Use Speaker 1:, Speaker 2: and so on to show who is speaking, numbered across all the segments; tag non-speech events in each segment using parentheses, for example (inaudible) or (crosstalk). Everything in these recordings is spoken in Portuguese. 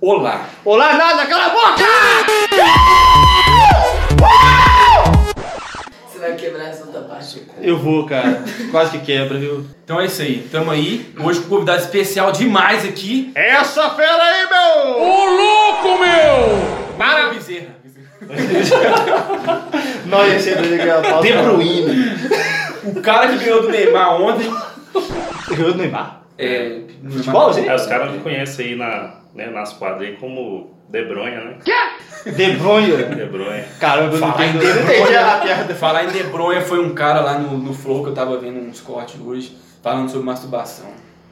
Speaker 1: Olá.
Speaker 2: Olá, nada, cala a boca!
Speaker 3: Você vai quebrar essa outra parte.
Speaker 2: Eu vou, cara. Quase que quebra, viu?
Speaker 1: Então é isso aí, tamo aí. Hoje com um convidado especial demais aqui.
Speaker 2: Essa fera aí, meu!
Speaker 1: louco, meu! Mara Bezerra.
Speaker 2: Não ia assim, ser legal. De Bruyne.
Speaker 1: O cara que ganhou do Neymar ontem.
Speaker 2: Ganhou do Neymar?
Speaker 1: É. no
Speaker 2: Futebol,
Speaker 4: É, os caras me conhecem aí na, né, nas quadras aí como De Bronha, né?
Speaker 2: De Bruyne.
Speaker 4: De Bronha.
Speaker 2: Caramba, eu não
Speaker 1: Falar em
Speaker 2: entendo.
Speaker 1: De
Speaker 2: Eu não entendi
Speaker 1: Bruyne.
Speaker 2: a piada.
Speaker 1: Falar em De Bruyne foi um cara lá no, no Flow que eu tava vendo uns cortes hoje, falando sobre masturbação.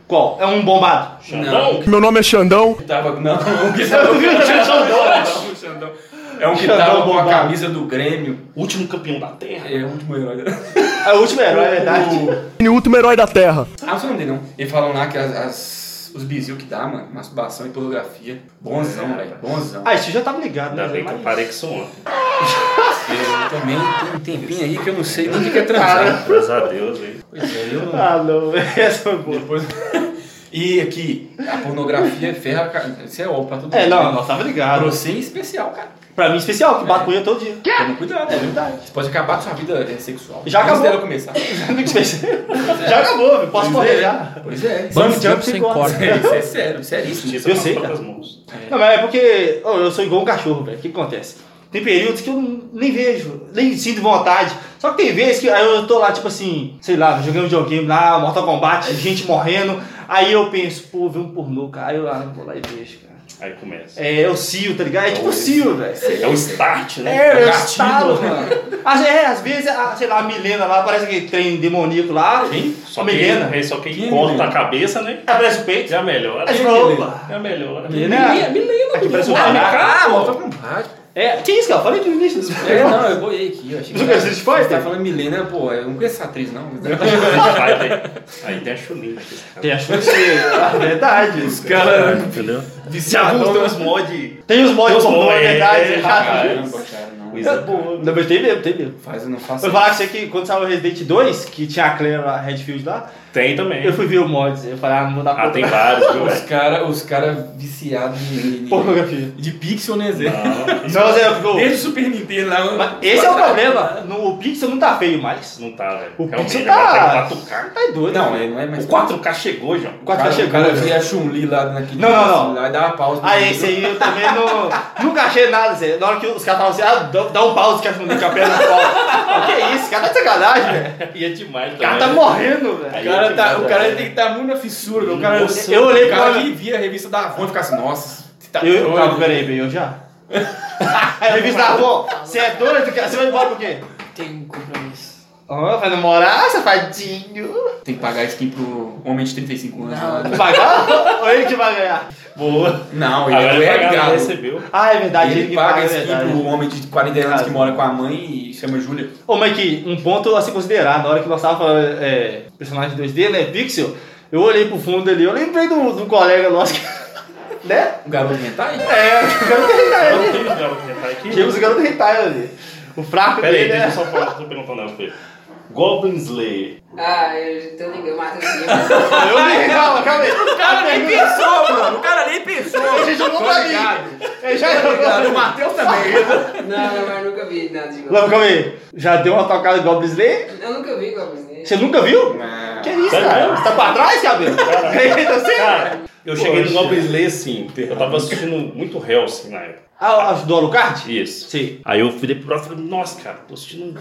Speaker 2: Qual? É um bombado.
Speaker 4: Xandão?
Speaker 5: Meu nome é Xandão.
Speaker 1: Que tava. (laughs) Não, não, que tava. Não, Xandão. É um que tava com a
Speaker 2: bombado.
Speaker 1: camisa do Grêmio.
Speaker 4: Último campeão da Terra?
Speaker 1: É o último (laughs) herói.
Speaker 2: É o último herói, é verdade.
Speaker 1: O-
Speaker 5: O último herói da Terra.
Speaker 1: Ah, não sei Ah, o nome dele não. Ele falou lá que as, as- os bizil que dá, mano, masturbação e pornografia. Bonzão, velho. Bonzão.
Speaker 2: Ah, isso eu já tava ligado, né?
Speaker 4: Ainda bem que eu
Speaker 2: Mas-
Speaker 4: parei que sou ontem.
Speaker 1: Eu também tem um tempinho aí que eu não sei nem o que é transar.
Speaker 4: Graças a Deus, velho.
Speaker 1: Pois é, eu não.
Speaker 2: Ah, não. (laughs) Essa foi boa.
Speaker 1: Depois. (laughs) E aqui, a pornografia ferra. a ca- Isso é óbvio pra todo mundo.
Speaker 2: É, não,
Speaker 1: né?
Speaker 2: nós tava
Speaker 1: Pra
Speaker 2: ligado.
Speaker 1: você em especial, cara.
Speaker 2: Pra mim, especial, que bato com ele todo dia. (laughs)
Speaker 1: Toma cuidado,
Speaker 2: É
Speaker 1: né?
Speaker 2: verdade.
Speaker 1: Você pode acabar com sua vida é, sexual.
Speaker 2: Já
Speaker 1: Antes
Speaker 2: acabou.
Speaker 1: dela começar.
Speaker 2: Já acabou, viu? posso
Speaker 1: Pois
Speaker 2: correr
Speaker 1: é.
Speaker 2: já.
Speaker 1: Pois é.
Speaker 2: Bungee
Speaker 1: Isso-
Speaker 2: jump sem corda.
Speaker 1: Isso é sério, seríssimo.
Speaker 4: Justiça
Speaker 2: Eu
Speaker 4: com as
Speaker 2: sei,
Speaker 4: próprias mãos.
Speaker 2: Não, mas é porque ô, eu sou igual um cachorro, velho. O que que acontece? Tem períodos que eu nem vejo, nem sinto vontade. Só que tem vezes que aí eu tô lá, tipo assim, sei lá, jogando videogame lá, Mortal Kombat, gente morrendo. Aí eu penso, pô, vê um pornô, cara. Aí eu lá, vou lá e vejo, cara.
Speaker 4: Aí começa.
Speaker 2: É, é o Cio, tá ligado? É tipo o Cio, velho.
Speaker 4: É o start, né?
Speaker 2: É, eu
Speaker 1: gatilho,
Speaker 2: estalo,
Speaker 1: né?
Speaker 2: mano. (laughs) Às, é, às vezes, a, sei lá, a Milena lá, parece aquele trem demoníaco lá.
Speaker 1: Quem?
Speaker 4: Só que,
Speaker 2: Milena.
Speaker 4: é, só que
Speaker 1: Que
Speaker 4: corta
Speaker 1: Milena?
Speaker 4: a cabeça, né?
Speaker 2: Aparece o peito.
Speaker 4: Já melhora.
Speaker 2: Aí você
Speaker 4: Já
Speaker 2: fala,
Speaker 1: Milena.
Speaker 2: opa.
Speaker 4: melhora.
Speaker 2: Milena.
Speaker 1: Milena, Milena.
Speaker 2: Aqui parece um
Speaker 1: Ah,
Speaker 2: barraco.
Speaker 1: cara, volta pra um rádio.
Speaker 2: É, que isso, cara? Eu Falei que no início desse
Speaker 1: É,
Speaker 2: programa.
Speaker 1: não, eu boiei aqui. Eu achei que
Speaker 2: Você conhece Street Fighter?
Speaker 1: Você tá falando Milena, pô, eu não conheço essa atriz, não.
Speaker 2: (laughs)
Speaker 1: tá-
Speaker 4: Vai, velho. Aí tem a chulina aqui. esse cara.
Speaker 2: Tem a chance, é (laughs) verdade. É.
Speaker 1: Cara,
Speaker 4: Entendeu? Já
Speaker 1: viciadão.
Speaker 4: voltou os mods.
Speaker 2: Tem os mods
Speaker 4: Tem os
Speaker 2: pornô, é
Speaker 4: mods,
Speaker 2: verdade.
Speaker 4: é,
Speaker 2: já-
Speaker 4: rapaz.
Speaker 1: Caramba, cara, não.
Speaker 4: Pois
Speaker 2: É
Speaker 4: é.
Speaker 2: boa. Não, mas tem mesmo, tem mesmo.
Speaker 1: Faz, eu não
Speaker 2: Eu
Speaker 1: faço.
Speaker 2: vou falar com você que quando saiu o Resident 2, que tinha a Claire lá, Redfield lá,
Speaker 4: Tem também.
Speaker 2: eu fui ver o mods. Eu falei, ah, não vou dar
Speaker 4: Ah,
Speaker 2: conta
Speaker 4: tem
Speaker 2: da
Speaker 4: vários, viu,
Speaker 1: Os
Speaker 4: velho?
Speaker 1: caras os cara viciados em, em-
Speaker 2: (laughs) pornografia.
Speaker 1: de pixel, né, Zé?
Speaker 4: Não,
Speaker 2: Não, Zé, eu fico-
Speaker 1: Desde o Super Nintendo lá.
Speaker 2: Mas esse é o problema. No, o Pixel não tá feio mais.
Speaker 4: não tá, velho.
Speaker 2: O
Speaker 4: Realmente,
Speaker 2: Pixel tá-
Speaker 4: agora tem um 4K.
Speaker 2: Tá doido.
Speaker 1: Não,
Speaker 2: né?
Speaker 1: é, não é mais.
Speaker 4: O 4K chegou, João.
Speaker 2: O 4
Speaker 1: cara,
Speaker 2: já chegou.
Speaker 1: O cara via
Speaker 2: né?
Speaker 1: a Chun-Li lá naquele.
Speaker 2: Não, não, não.
Speaker 1: Lá, e dava pausa.
Speaker 2: Ah, esse aí eu também não. Nunca achei nada, Zé. Na hora que os caras falavam assim, ah, dá- dá um pause que a gente a perna fora. que isso? O cara tá de sacanagem, velho.
Speaker 4: E é demais,
Speaker 2: O
Speaker 1: né?
Speaker 2: cara tá morrendo, velho.
Speaker 1: O cara, tá, o cara tem que estar muito na fissura, meu. o cara.
Speaker 2: Nossa, eu olhei
Speaker 1: o cara
Speaker 2: pra-
Speaker 1: que via a revista da Avon e ficasse, nossa, você tá
Speaker 2: Eu,
Speaker 1: doido.
Speaker 2: calma, peraí, peraí, eu (laughs) já. Aí ele disse, avó, você é doida do que? Você vai embora por quê?
Speaker 3: Tem um compromisso.
Speaker 2: Ah, vai namorar, safadinho.
Speaker 1: Tem que pagar skin pro homem de 35 anos.
Speaker 3: Não.
Speaker 1: lá.
Speaker 2: Pagar? Ou ele que vai ganhar?
Speaker 4: Boa.
Speaker 1: Não, ele
Speaker 4: Agora
Speaker 1: é o
Speaker 4: ele
Speaker 1: Eric
Speaker 4: pagava,
Speaker 1: Galo.
Speaker 4: recebeu.
Speaker 2: Ah, é verdade,
Speaker 1: Ele,
Speaker 2: que
Speaker 1: paga
Speaker 2: é
Speaker 1: esse aqui
Speaker 2: verdade.
Speaker 1: pro homem de 40 anos que
Speaker 2: Ah.
Speaker 1: mora com a mãe e chama Júlia.
Speaker 2: Ô, Mike, um ponto a se considerar, na hora que nós tava falando é, personagem 2D, né, pixel, eu olhei pro fundo ali, eu lembrei de um, de um colega nosso que... (laughs) Né?
Speaker 1: O Um garoto hentai?
Speaker 2: É, o garoto Hentai.
Speaker 4: Não tem lugar pra tentar aqui.
Speaker 2: Tínhamos o garoto Hentai ali. O fraco
Speaker 4: Pera aí,
Speaker 2: dele,
Speaker 4: deixa eu um
Speaker 2: né?
Speaker 4: só falar, tô perguntando ela, Fê. Goblin Slayer.
Speaker 3: Ah, eu tô ligando, Matheus. (laughs)
Speaker 2: Eu li, calma, calma aí. O
Speaker 1: pensou, mano. O cara nem pensou.
Speaker 2: Ele jogou pra mim. Ele já jogou pra mim.
Speaker 1: O Matheus também.
Speaker 3: Não, não, mas eu nunca vi nada de
Speaker 2: Não,
Speaker 3: Goblin.
Speaker 2: calma aí. Já deu uma tocada igual Goblin Slayer?
Speaker 3: Eu nunca vi Goblin Slayer.
Speaker 2: Você nunca viu? Que isso,
Speaker 4: Sério
Speaker 2: cara?
Speaker 4: mesmo?
Speaker 2: Você tá pra trás, cabelo? (laughs) Eita, assim?
Speaker 4: Cara, eu cheguei no
Speaker 2: Poxa.
Speaker 4: Goblin Slayer assim. Eu tava assistindo muito Hellsing na época.
Speaker 2: Ah, as do Alucard?
Speaker 4: Isso.
Speaker 2: Sim.
Speaker 4: Aí eu fui pro e falei, nossa, cara, tô assistindo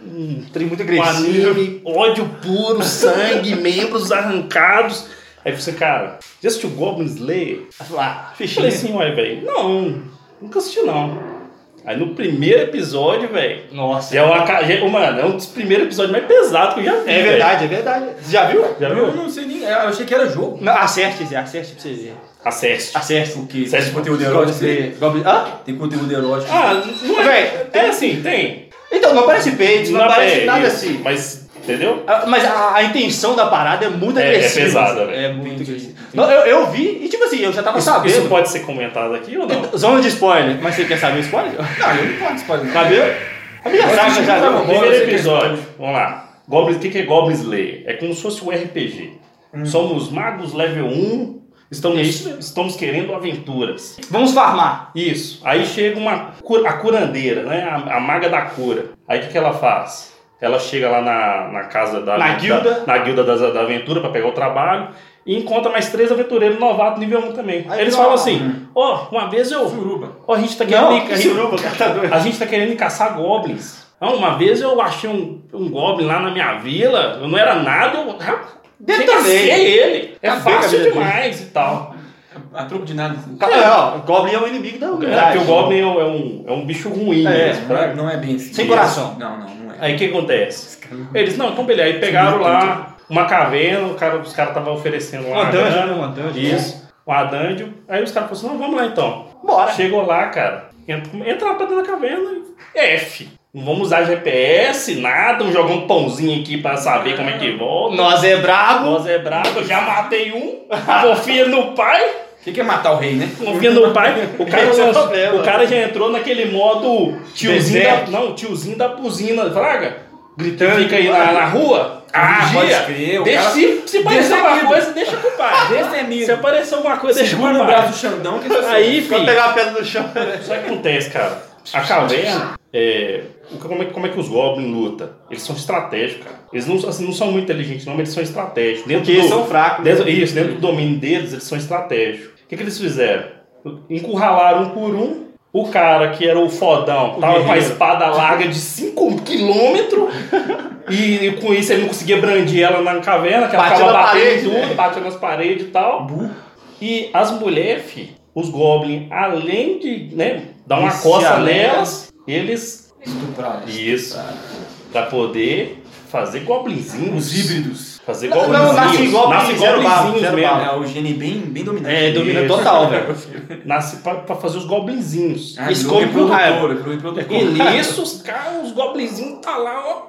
Speaker 4: um,
Speaker 2: Trem muito
Speaker 4: um
Speaker 2: agressivo.
Speaker 4: anime, ódio puro, sangue, (laughs) membros arrancados. Aí você, cara, já assistiu Goblin Slayer?
Speaker 2: Ah,
Speaker 4: Eu falei
Speaker 2: fichinha.
Speaker 4: assim, uai, velho, não, nunca assisti não. Aí no primeiro episódio, velho,
Speaker 2: Nossa.
Speaker 4: já é uma, ca- já, ô, mano, é um dos primeiros episódios mais pesados que eu já vi,
Speaker 2: É
Speaker 4: velho.
Speaker 2: verdade, é verdade. Você já viu?
Speaker 4: Já
Speaker 1: Eu
Speaker 4: viu?
Speaker 1: não sei nem. Eu achei que era jogo.
Speaker 2: Não, acerte, Zé, acerte pra vocês verem.
Speaker 4: Acerte.
Speaker 2: Acerte.
Speaker 1: O quê?
Speaker 4: Você acha
Speaker 1: Tem é conteúdo
Speaker 2: Goblin
Speaker 1: erótico? né?
Speaker 2: Slayer. Goblin... Hã?
Speaker 1: Tem conteúdo erótico.
Speaker 4: Ah, não é,
Speaker 2: Velho,
Speaker 4: é assim, tem.
Speaker 2: Então, não parece peito, não, parece
Speaker 4: é,
Speaker 2: nada
Speaker 4: isso,
Speaker 2: assim.
Speaker 4: Mas, entendeu?
Speaker 2: Ah, Mas a, a intenção da parada é muito
Speaker 4: É- é
Speaker 2: agressiva.
Speaker 4: pesada, velho.
Speaker 2: É muito
Speaker 1: Entendi,
Speaker 2: agressiva.
Speaker 1: entendi.
Speaker 2: Não, eu, eu vi e, tipo assim, eu já tava sabendo.
Speaker 4: Isso pode ser comentado aqui ou não?
Speaker 2: Zona de spoiler. Mas você quer saber o spoiler?
Speaker 1: Não, eu não posso spoiler.
Speaker 2: Cabelo?
Speaker 4: É.
Speaker 2: A minha
Speaker 1: Eu
Speaker 2: saca
Speaker 1: assisti
Speaker 2: já
Speaker 1: Dragon Ball.
Speaker 2: deu.
Speaker 1: você
Speaker 4: Primeiro
Speaker 1: quer-
Speaker 4: episódio, vamos lá. Goblin, o que que é Goblin Slayer? É como se fosse um RPG. Somos magos level 1 Estamos,
Speaker 2: Hum. É isso mesmo.
Speaker 4: estamos querendo aventuras.
Speaker 2: Vamos farmar.
Speaker 4: Isso. Aí chega uma cura- a curandeira, né? A, a maga da cura. Aí o que, que ela faz? Ela chega lá na, na casa da.
Speaker 2: Na
Speaker 4: da-
Speaker 2: guilda.
Speaker 4: na guilda das- da aventura pra pegar o trabalho. E encontra mais três aventureiros novatos nível 1 também.
Speaker 2: Aí
Speaker 4: Eles
Speaker 2: não.
Speaker 4: falam assim: Ó, uma vez eu.
Speaker 1: Suruba.
Speaker 4: Ó, a gente tá querendo.
Speaker 2: Não,
Speaker 4: ir- a
Speaker 2: que
Speaker 4: gente-
Speaker 2: suruba, cara tá doido.
Speaker 4: a gente tá querendo caçar goblins. Ah, uma vez eu achei um, um goblin lá na minha vila, eu não era nada, eu ah,
Speaker 2: Detonei.
Speaker 4: cheguei ele. É
Speaker 2: Acabei com a
Speaker 4: fácil
Speaker 2: vida
Speaker 4: demais e tal. É,
Speaker 1: A troco de nada. assim.
Speaker 2: Cara, é, ó, Goblin é o inimigo da
Speaker 4: É,
Speaker 2: humanidade.
Speaker 4: porque o goblin é, um- é um, é um bicho ruim
Speaker 2: É,
Speaker 4: mesmo.
Speaker 1: Não é-
Speaker 4: né?
Speaker 1: Não é bem assim.
Speaker 2: Sem coração.
Speaker 1: Não, não, não é.
Speaker 4: Aí o que acontece?
Speaker 1: Esse cara não-
Speaker 4: Eles, não, então beleza, aí pegaram lá uma caverna, o cara, os caras estavam oferecendo um lá.
Speaker 2: Uma dungeon, né? Uma dungeon.
Speaker 4: Isso, uma dungeon. Aí os caras falaram assim, não, vamos lá então.
Speaker 2: Bora.
Speaker 4: Chegou lá, cara. Entra, entra lá pra dentro da caverna e F. Não vamos usar GPS, nada, vamos jogar um pãozinho aqui pra saber como é que volta.
Speaker 2: Nós é brabo.
Speaker 4: Nós é brabo, eu já matei um, confia no pai,
Speaker 1: O que que é matar o rei, né?
Speaker 4: confia no pai. O cara,
Speaker 2: Esse é o
Speaker 4: lançou-
Speaker 2: problema.
Speaker 4: o cara já entrou naquele modo tiozinho da,
Speaker 2: Deserto.
Speaker 4: não, tiozinho da buzina, fraga. Gritando, fica aí na, na rua.
Speaker 1: Ah,
Speaker 4: vigia.
Speaker 1: pode crer, o
Speaker 4: Deixa,
Speaker 1: cara-
Speaker 4: se, se parecer alguma
Speaker 1: Destemido.
Speaker 4: coisa, (laughs) deixa com o pai. Se
Speaker 1: Destemido.
Speaker 4: aparecer alguma coisa, deixa com
Speaker 1: Segura
Speaker 4: o
Speaker 1: no braço
Speaker 4: pai.
Speaker 1: do Xandão que tá você
Speaker 4: Aí,
Speaker 2: Pra
Speaker 4: filho,
Speaker 2: pegar a pedra no chão.
Speaker 4: Só que acontece, cara. A caverna, é, o que- como, é, como é que os goblins lutam? Eles são estratégicos, cara. Eles não, são- assim, não são muito inteligentes, não, mas eles são estratégicos. Dentro
Speaker 2: Porque eles
Speaker 4: do,
Speaker 2: são fracos. né?
Speaker 4: dentro- isso, dentro do domínio deles, eles são estratégicos. O que, que eles fizeram? Encurralaram um por um. O cara que era o fodão
Speaker 1: O
Speaker 4: tava com a
Speaker 1: guerreiro.
Speaker 4: espada larga de 5 quilômetros. E, e com isso ele não conseguia brandir ela na caverna, que ela
Speaker 2: Batia
Speaker 4: ficava
Speaker 2: na
Speaker 4: batendo em
Speaker 2: parede,
Speaker 4: tudo,
Speaker 2: né?
Speaker 4: batia nas paredes e tal. E as mulheres, fi, os goblins, além de né, dar uma
Speaker 2: Viciar
Speaker 4: coça
Speaker 2: nelas.
Speaker 4: nelas,
Speaker 2: é-
Speaker 4: eles.
Speaker 1: Estuprar.
Speaker 4: Isso. Pra poder fazer goblinzinhos.
Speaker 1: Os híbridos.
Speaker 4: Fazer
Speaker 2: Não, não,
Speaker 4: goblinzinhos.
Speaker 2: nasce goblin, zero barro,
Speaker 4: goblinzinhos
Speaker 2: zero
Speaker 4: mesmo.
Speaker 2: barro.
Speaker 1: É o gene bem, bem dominante.
Speaker 2: É, domina
Speaker 4: Isso.
Speaker 2: total, velho.
Speaker 4: Nasce pra, pra fazer os goblinzinhos.
Speaker 1: Ah,
Speaker 2: Escolhe
Speaker 1: ele é
Speaker 2: com raiva.
Speaker 1: produtor, ele é produtor.
Speaker 4: E nisso, os caras, os goblinzinhos tá lá, ó,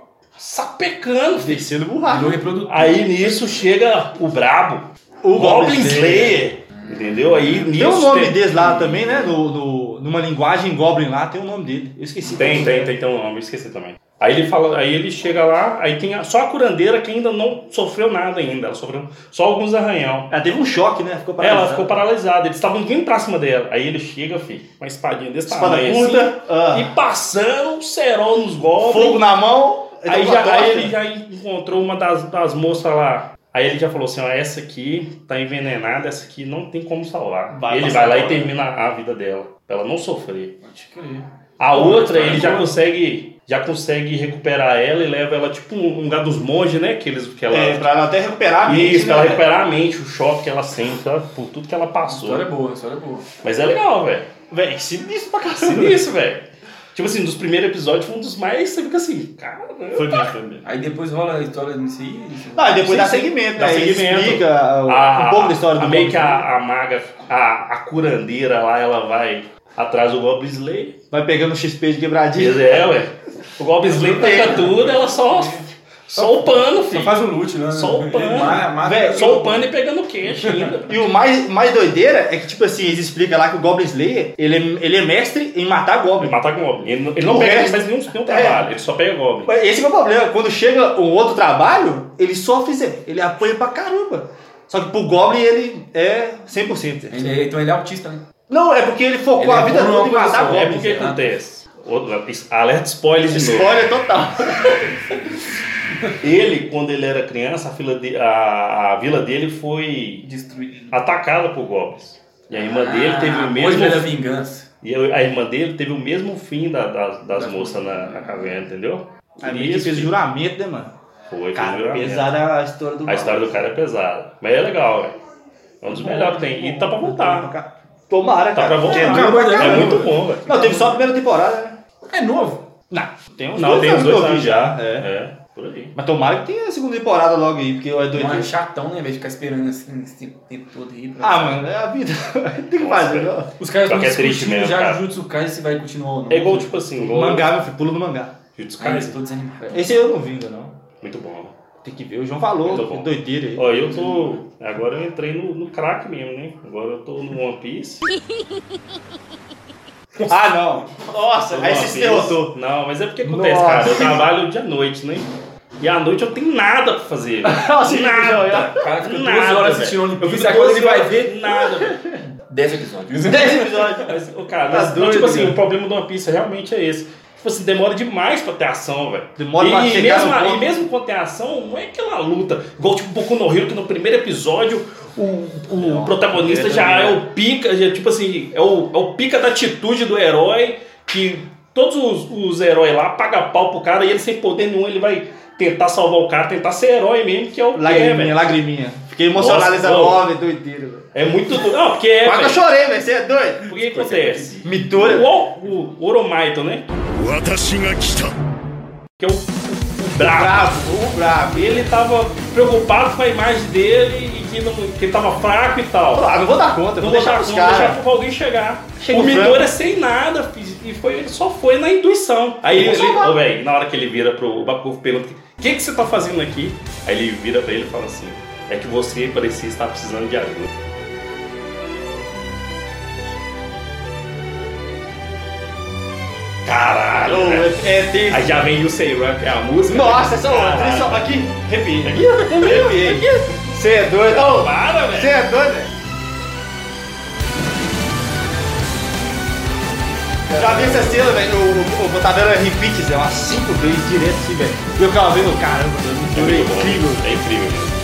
Speaker 4: sapecando, fi.
Speaker 2: Descendo
Speaker 1: Virou
Speaker 2: burrado.
Speaker 1: reprodutor.
Speaker 4: Aí nisso chega o brabo,
Speaker 2: O
Speaker 4: o Goblin Slayer. Entendeu? Aí nisso.
Speaker 2: Tem um nome deles lá também, né? No, no- numa linguagem Goblin lá, tem um nome dele. Eu esqueci.
Speaker 4: Tem, tem, tem, tem um nome, esqueci também. Aí ele fala, aí ele chega lá, aí tem a- só a curandeira que ainda não sofreu nada ainda, ela sofreu só alguns arranhão.
Speaker 2: Ela teve um choque, né? Ficou parada.
Speaker 4: Ela ficou paralisada, eles estavam vindo pra cima dela. Aí ele chega, filho, com uma espadinha desse
Speaker 2: Espada
Speaker 4: tamanho assim,
Speaker 2: curta, ah,
Speaker 4: e passando um cerol nos golpes.
Speaker 2: fogo na mão.
Speaker 4: aí,
Speaker 2: dá
Speaker 4: já-
Speaker 2: uma
Speaker 4: aí
Speaker 2: tocha.
Speaker 4: ele já encontrou uma das, das moças lá. Aí ele já falou assim, ó, essa aqui tá envenenada, essa aqui não tem como salvar.
Speaker 2: Vai
Speaker 4: ele
Speaker 2: passar
Speaker 4: vai lá e
Speaker 2: agora.
Speaker 4: termina a vida dela, pra ela não sofrer.
Speaker 1: Pode crer.
Speaker 4: A
Speaker 1: Pô,
Speaker 4: outra,
Speaker 2: é
Speaker 1: mas
Speaker 4: ele já
Speaker 1: agora-
Speaker 4: consegue, já consegue recuperar ela e leva ela tipo um um lugar dos monges, né? Que, eles, que ela.
Speaker 2: É, pra ela até recuperar a mente,
Speaker 4: Isso,
Speaker 2: né?
Speaker 4: pra ela recuperar a mente, o choque que ela sente, tá? por tudo que ela
Speaker 1: A
Speaker 4: passou.
Speaker 1: história é boa, a história é boa.
Speaker 4: Mas é legal, velho.
Speaker 2: Véi, sinistro pra caramba.
Speaker 4: Sinistro, velho. Tipo assim, dos primeiros episódios foi um dos mais. Você fica assim, cara.
Speaker 2: Foi mesmo, foi mesmo.
Speaker 1: Aí depois rola a história em si.
Speaker 2: Ah, e depois
Speaker 4: Sim,
Speaker 2: dá
Speaker 4: sim.
Speaker 2: segmento,
Speaker 4: Dá
Speaker 2: né? Ele
Speaker 4: segmento.
Speaker 2: explica uh, um pouco da história
Speaker 4: a,
Speaker 2: do
Speaker 4: Ah, Meio
Speaker 2: Goblin
Speaker 4: que a, a maga, a, a curandeira lá, ela vai atrás do Goblin Slayer.
Speaker 2: Vai pegando XP de quebradinha.
Speaker 4: Diz, é, ué. O Goblin Slayer pega tudo, ela só. Só o pano,
Speaker 1: Só
Speaker 4: filho.
Speaker 1: faz o loot, né? (laughs)
Speaker 4: Só o pano.
Speaker 1: Ma- mata-
Speaker 2: Véi,
Speaker 4: Só o pano e pegando o queixo ainda.
Speaker 2: E o mais, mais doideira é que, tipo assim, eles explicam lá que o Goblin Slayer, ele é, ele é mestre em matar
Speaker 4: Ele
Speaker 2: Goblin.
Speaker 4: matar Goblin. Ele, não- ele não
Speaker 2: O
Speaker 4: pega
Speaker 2: resto- é.
Speaker 4: mais nenhum, nenhum trabalho, ele só pega Goblin.
Speaker 2: Mas Esse que é o problema. Quando chega um outro trabalho, ele sofre, Zé. Ele apanha pra caramba. Só que pro Goblin ele é 100%, Zé.
Speaker 1: Ele é- então ele é autista, né?
Speaker 2: Não, é porque ele focou
Speaker 1: Ele
Speaker 2: a
Speaker 1: é
Speaker 2: vida
Speaker 1: bom
Speaker 2: toda em
Speaker 1: numa
Speaker 2: matar
Speaker 1: coisa só,
Speaker 4: É
Speaker 2: Goblin.
Speaker 4: porque
Speaker 1: Goblin,
Speaker 4: acontece. Outro- is- alerta spoilers de novo.
Speaker 2: Spoiler total.
Speaker 4: Ele, quando ele era criança, a, fila de- a- a vila dele foi
Speaker 1: Destruído.
Speaker 4: atacada por Goblins. E a irmã dele teve
Speaker 2: Ah,
Speaker 4: o mesmo.
Speaker 1: Hoje ele é vingança.
Speaker 4: E a a irmã dele teve o mesmo fim da- da- das
Speaker 1: Das
Speaker 4: moças na, na caverna, entendeu?
Speaker 2: Aí
Speaker 4: E
Speaker 2: meio que
Speaker 4: isso
Speaker 2: Ah, fez juramento, né, mano?
Speaker 4: foi, foi um
Speaker 2: Cara,
Speaker 4: juramento.
Speaker 2: pesada a história do
Speaker 4: A
Speaker 2: Goblin.
Speaker 4: história do cara é pesada. Mas é legal, velho. É um dos melhores que tem. E tá pra voltar.
Speaker 2: Tomara,
Speaker 4: Tá
Speaker 2: cara.
Speaker 4: pra voltar.
Speaker 2: Porque é duro pra
Speaker 4: É
Speaker 2: caramba.
Speaker 4: muito bom, velho.
Speaker 2: Não, teve só a primeira temporada, né?
Speaker 1: É novo.
Speaker 2: Não, tem uns
Speaker 4: Não, tem os
Speaker 2: anos que
Speaker 4: dois
Speaker 2: eu vi
Speaker 4: anos já.
Speaker 2: É.
Speaker 4: É, por aí.
Speaker 2: Mas tomara que tenha a segunda temporada logo aí, porque é doido.
Speaker 1: Mas é chatão, né? Em vez de ficar esperando assim esse tempo- tempo todo aí. pra-
Speaker 2: Ah, mano, é a vida. (laughs) tem que
Speaker 4: Nossa,
Speaker 2: fazer,
Speaker 4: cara.
Speaker 2: não.
Speaker 1: Os caras
Speaker 4: Só
Speaker 1: estão
Speaker 4: que é triste
Speaker 1: discutindo
Speaker 4: mesmo,
Speaker 1: já
Speaker 4: cara.
Speaker 1: Jutsu Kaisen se vai continuar ou não.
Speaker 4: É igual, tipo assim, igual
Speaker 2: Mangá, meu filho, pulo do mangá.
Speaker 4: Jujutsu
Speaker 1: Cara,
Speaker 4: Kaisen.
Speaker 1: estou desanimado.
Speaker 2: Esse eu não vi ainda, não.
Speaker 4: Muito bom.
Speaker 2: Tem que ver, o João
Speaker 4: Muito
Speaker 2: falou,
Speaker 4: bom.
Speaker 2: que doideira aí.
Speaker 4: Ó, eu tô... Agora eu entrei no, no crack mesmo, né? Agora eu tô no One Piece.
Speaker 2: Ah, não. Nossa,
Speaker 4: Tô no
Speaker 2: aí
Speaker 4: One
Speaker 2: você
Speaker 4: Piece.
Speaker 2: se derrotou.
Speaker 4: Não, mas é porque acontece,
Speaker 2: Nossa.
Speaker 4: cara. Eu trabalho dia e noite, né? E à noite eu tenho nada pra
Speaker 1: (laughs)
Speaker 4: fazer.
Speaker 2: Nossa, já, já.
Speaker 4: nada.
Speaker 1: O cara fica
Speaker 4: Nada,
Speaker 1: duas horas
Speaker 4: velho.
Speaker 1: assistindo
Speaker 4: Eu
Speaker 1: Olimpíada
Speaker 4: fico
Speaker 1: e agora ele
Speaker 4: 12
Speaker 1: vai
Speaker 4: horas-
Speaker 1: ver
Speaker 4: Nada, velho.
Speaker 1: 10 episódios.
Speaker 2: 10 episódios.
Speaker 4: Mas, ô, cara,
Speaker 2: Tá
Speaker 4: mas,
Speaker 2: doido,
Speaker 4: tipo assim,
Speaker 2: cara.
Speaker 4: o problema do One Piece realmente é esse. Tipo assim, demora demais pra ter ação, velho.
Speaker 2: Demora
Speaker 4: e,
Speaker 2: pra
Speaker 4: e
Speaker 2: chegar
Speaker 4: mesmo,
Speaker 2: no ponto.
Speaker 4: E mesmo quando tem ação, não é aquela luta. Igual tipo Boku no Hero, que no primeiro episódio o, o
Speaker 2: Não,
Speaker 4: protagonista
Speaker 2: É, primeiro
Speaker 4: já é
Speaker 2: também, né?
Speaker 4: o pica, já, tipo assim, é o, é o pica da atitude do herói, que todos os, os heróis lá pagam pau pro cara e ele sem poder nenhum, ele vai tentar salvar o cara, tentar ser herói mesmo, que é o que é,
Speaker 2: Lagriminha,
Speaker 4: velho.
Speaker 2: lagriminha. Fiquei emocionado
Speaker 4: Nossa,
Speaker 2: nessa
Speaker 4: não.
Speaker 2: nova, doideira, velho.
Speaker 4: É muito doido. Não, porque é,
Speaker 2: Quase que eu
Speaker 4: velho.
Speaker 2: chorei, velho. Você é doido?
Speaker 4: O que acontece?
Speaker 2: Mitura.
Speaker 4: O, o Oromaito, né?
Speaker 5: 私が来た
Speaker 4: Que é o, o brabo.
Speaker 2: Bravo, o bravo.
Speaker 4: Ele tava preocupado com a imagem dele e que, não, que ele tava fraco e tal.
Speaker 2: Ah, não vou dar conta,
Speaker 4: não
Speaker 2: vou deixar
Speaker 4: não
Speaker 2: pros
Speaker 4: deixar
Speaker 2: caras.
Speaker 4: pra alguém chegar.
Speaker 2: Chega
Speaker 4: o
Speaker 2: o Franco.
Speaker 4: Midori é sem nada, fiz- e foi, ele só foi na intuição. Aí ele,
Speaker 2: Vou salvar.
Speaker 4: ô, velho, na hora que ele vira pro Bakugou pergunta, o que, que você tá fazendo aqui? Aí ele vira pra ele e fala assim, é que você parecia estar precisando de ajuda. Caralho!
Speaker 2: Ô,
Speaker 4: velho.
Speaker 2: É é tenso.
Speaker 4: Aí já vem o Say Rap, é a música.
Speaker 2: Nossa, essa
Speaker 4: Caralho.
Speaker 2: outra. Só tá aqui, arrepiei. Aqui, arrepiei. Você é doido? Ô,
Speaker 4: Para, velho.
Speaker 2: Você é doido? velho? Já vi essa cena, velho. O, o, o Botadana repeat, Zé, umas 5 vezes direto assim, velho. E eu ficava vendo, caramba, Deus,
Speaker 4: É
Speaker 2: muito
Speaker 4: muito bom.
Speaker 2: incrível.
Speaker 4: É incrível. mesmo.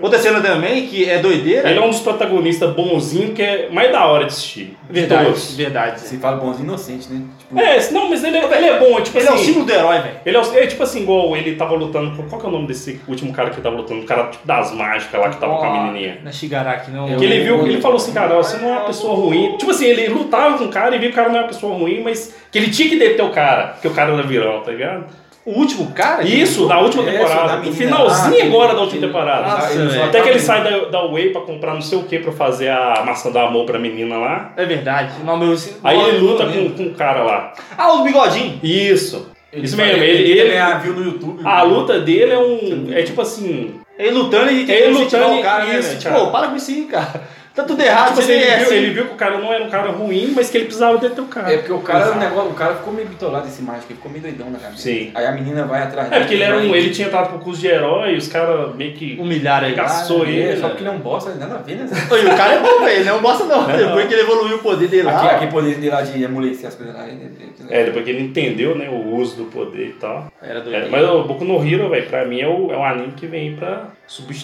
Speaker 2: Outra cena também, que é doideira.
Speaker 4: Ele é um dos protagonistas bonzinho que é mais da hora de assistir. De
Speaker 2: Verdade,
Speaker 4: todos.
Speaker 2: verdade. Zé.
Speaker 1: Você fala bonzinho inocente, né? Tipo,
Speaker 4: É, não, mas ele, é- ele é bom, tipo
Speaker 2: Ele é o
Speaker 4: assim.
Speaker 2: símbolo do herói, velho.
Speaker 4: Ele é, o- é tipo assim, igual ele tava lutando com. Qual que é o nome desse último cara que tava lutando? O cara tipo, das mágicas lá que tava com a menininha.
Speaker 2: Na Shigaraki, não.
Speaker 4: Que ele viu, ele falou assim, cara, você não é uma pessoa ruim. Tipo assim, ele lutava com o cara e viu que o cara não é uma pessoa ruim, mas que ele tinha que deter o cara, porque o cara era virão, tá ligado?
Speaker 2: O último cara?
Speaker 4: Isso, da última
Speaker 1: Essa,
Speaker 2: é,
Speaker 1: da
Speaker 4: temporada. No
Speaker 1: menina Ah,
Speaker 4: finalzinho
Speaker 1: lá,
Speaker 4: agora
Speaker 1: que-
Speaker 4: da última
Speaker 1: que-
Speaker 4: temporada.
Speaker 1: Nossa,
Speaker 2: Até
Speaker 1: só
Speaker 4: Até
Speaker 1: tá
Speaker 4: que
Speaker 1: bem.
Speaker 4: ele sai da, da Way pra comprar não sei o que pra fazer a maçã do amor pra menina lá.
Speaker 2: É verdade. O nome é-
Speaker 4: Aí ele luta
Speaker 2: nome-
Speaker 4: com, com o cara lá.
Speaker 2: Ah, o bigodinho.
Speaker 4: Isso.
Speaker 1: Ele
Speaker 4: Isso
Speaker 1: vai-
Speaker 4: mesmo, ele-
Speaker 1: ele
Speaker 4: ele-
Speaker 1: ganha view no YouTube.
Speaker 4: A luta dele é um. É tipo assim.
Speaker 2: Ele lutando e
Speaker 4: Ele lutando
Speaker 2: incentivar
Speaker 4: e-
Speaker 2: o cara, né,
Speaker 4: isso,
Speaker 2: velho?
Speaker 4: cara.
Speaker 2: Pô, para com isso aí, cara. Tá tudo
Speaker 1: Ah,
Speaker 2: errado,
Speaker 4: Tipo assim,
Speaker 2: você
Speaker 4: ele,
Speaker 2: é
Speaker 4: viu,
Speaker 2: assim.
Speaker 4: ele viu que o cara não era um cara ruim, mas que ele precisava deter o cara.
Speaker 1: É porque o cara,
Speaker 4: Exato.
Speaker 1: o negócio, o cara ficou meio bitolado esse mágico, ele ficou meio doidão na cabeça.
Speaker 4: Sim.
Speaker 1: Aí a menina vai atrás
Speaker 4: É porque ele era um.
Speaker 1: vai-
Speaker 4: Ele tinha entrado pro curso de herói, os caras meio que.
Speaker 2: Humilharam ele.
Speaker 4: Engraçado. sou
Speaker 1: é,
Speaker 4: ele,
Speaker 1: Só
Speaker 4: né?
Speaker 1: porque ele é um bosta, nada a ver,
Speaker 4: (laughs)
Speaker 1: né? Zé?
Speaker 2: Ô, e o cara é bom, velho. Ele não gosta não. Depois que ele evoluiu o poder dele
Speaker 1: Aqui,
Speaker 2: lá.
Speaker 1: aquele poder dele lá de amolecer as coisas né, lá. ele- ele- ele-
Speaker 4: É, depois que ele entendeu, né, o uso do poder e tal.
Speaker 2: Era
Speaker 4: É, mas o Boku no Hero, velho, pra mim é, o- é um anime que vem pra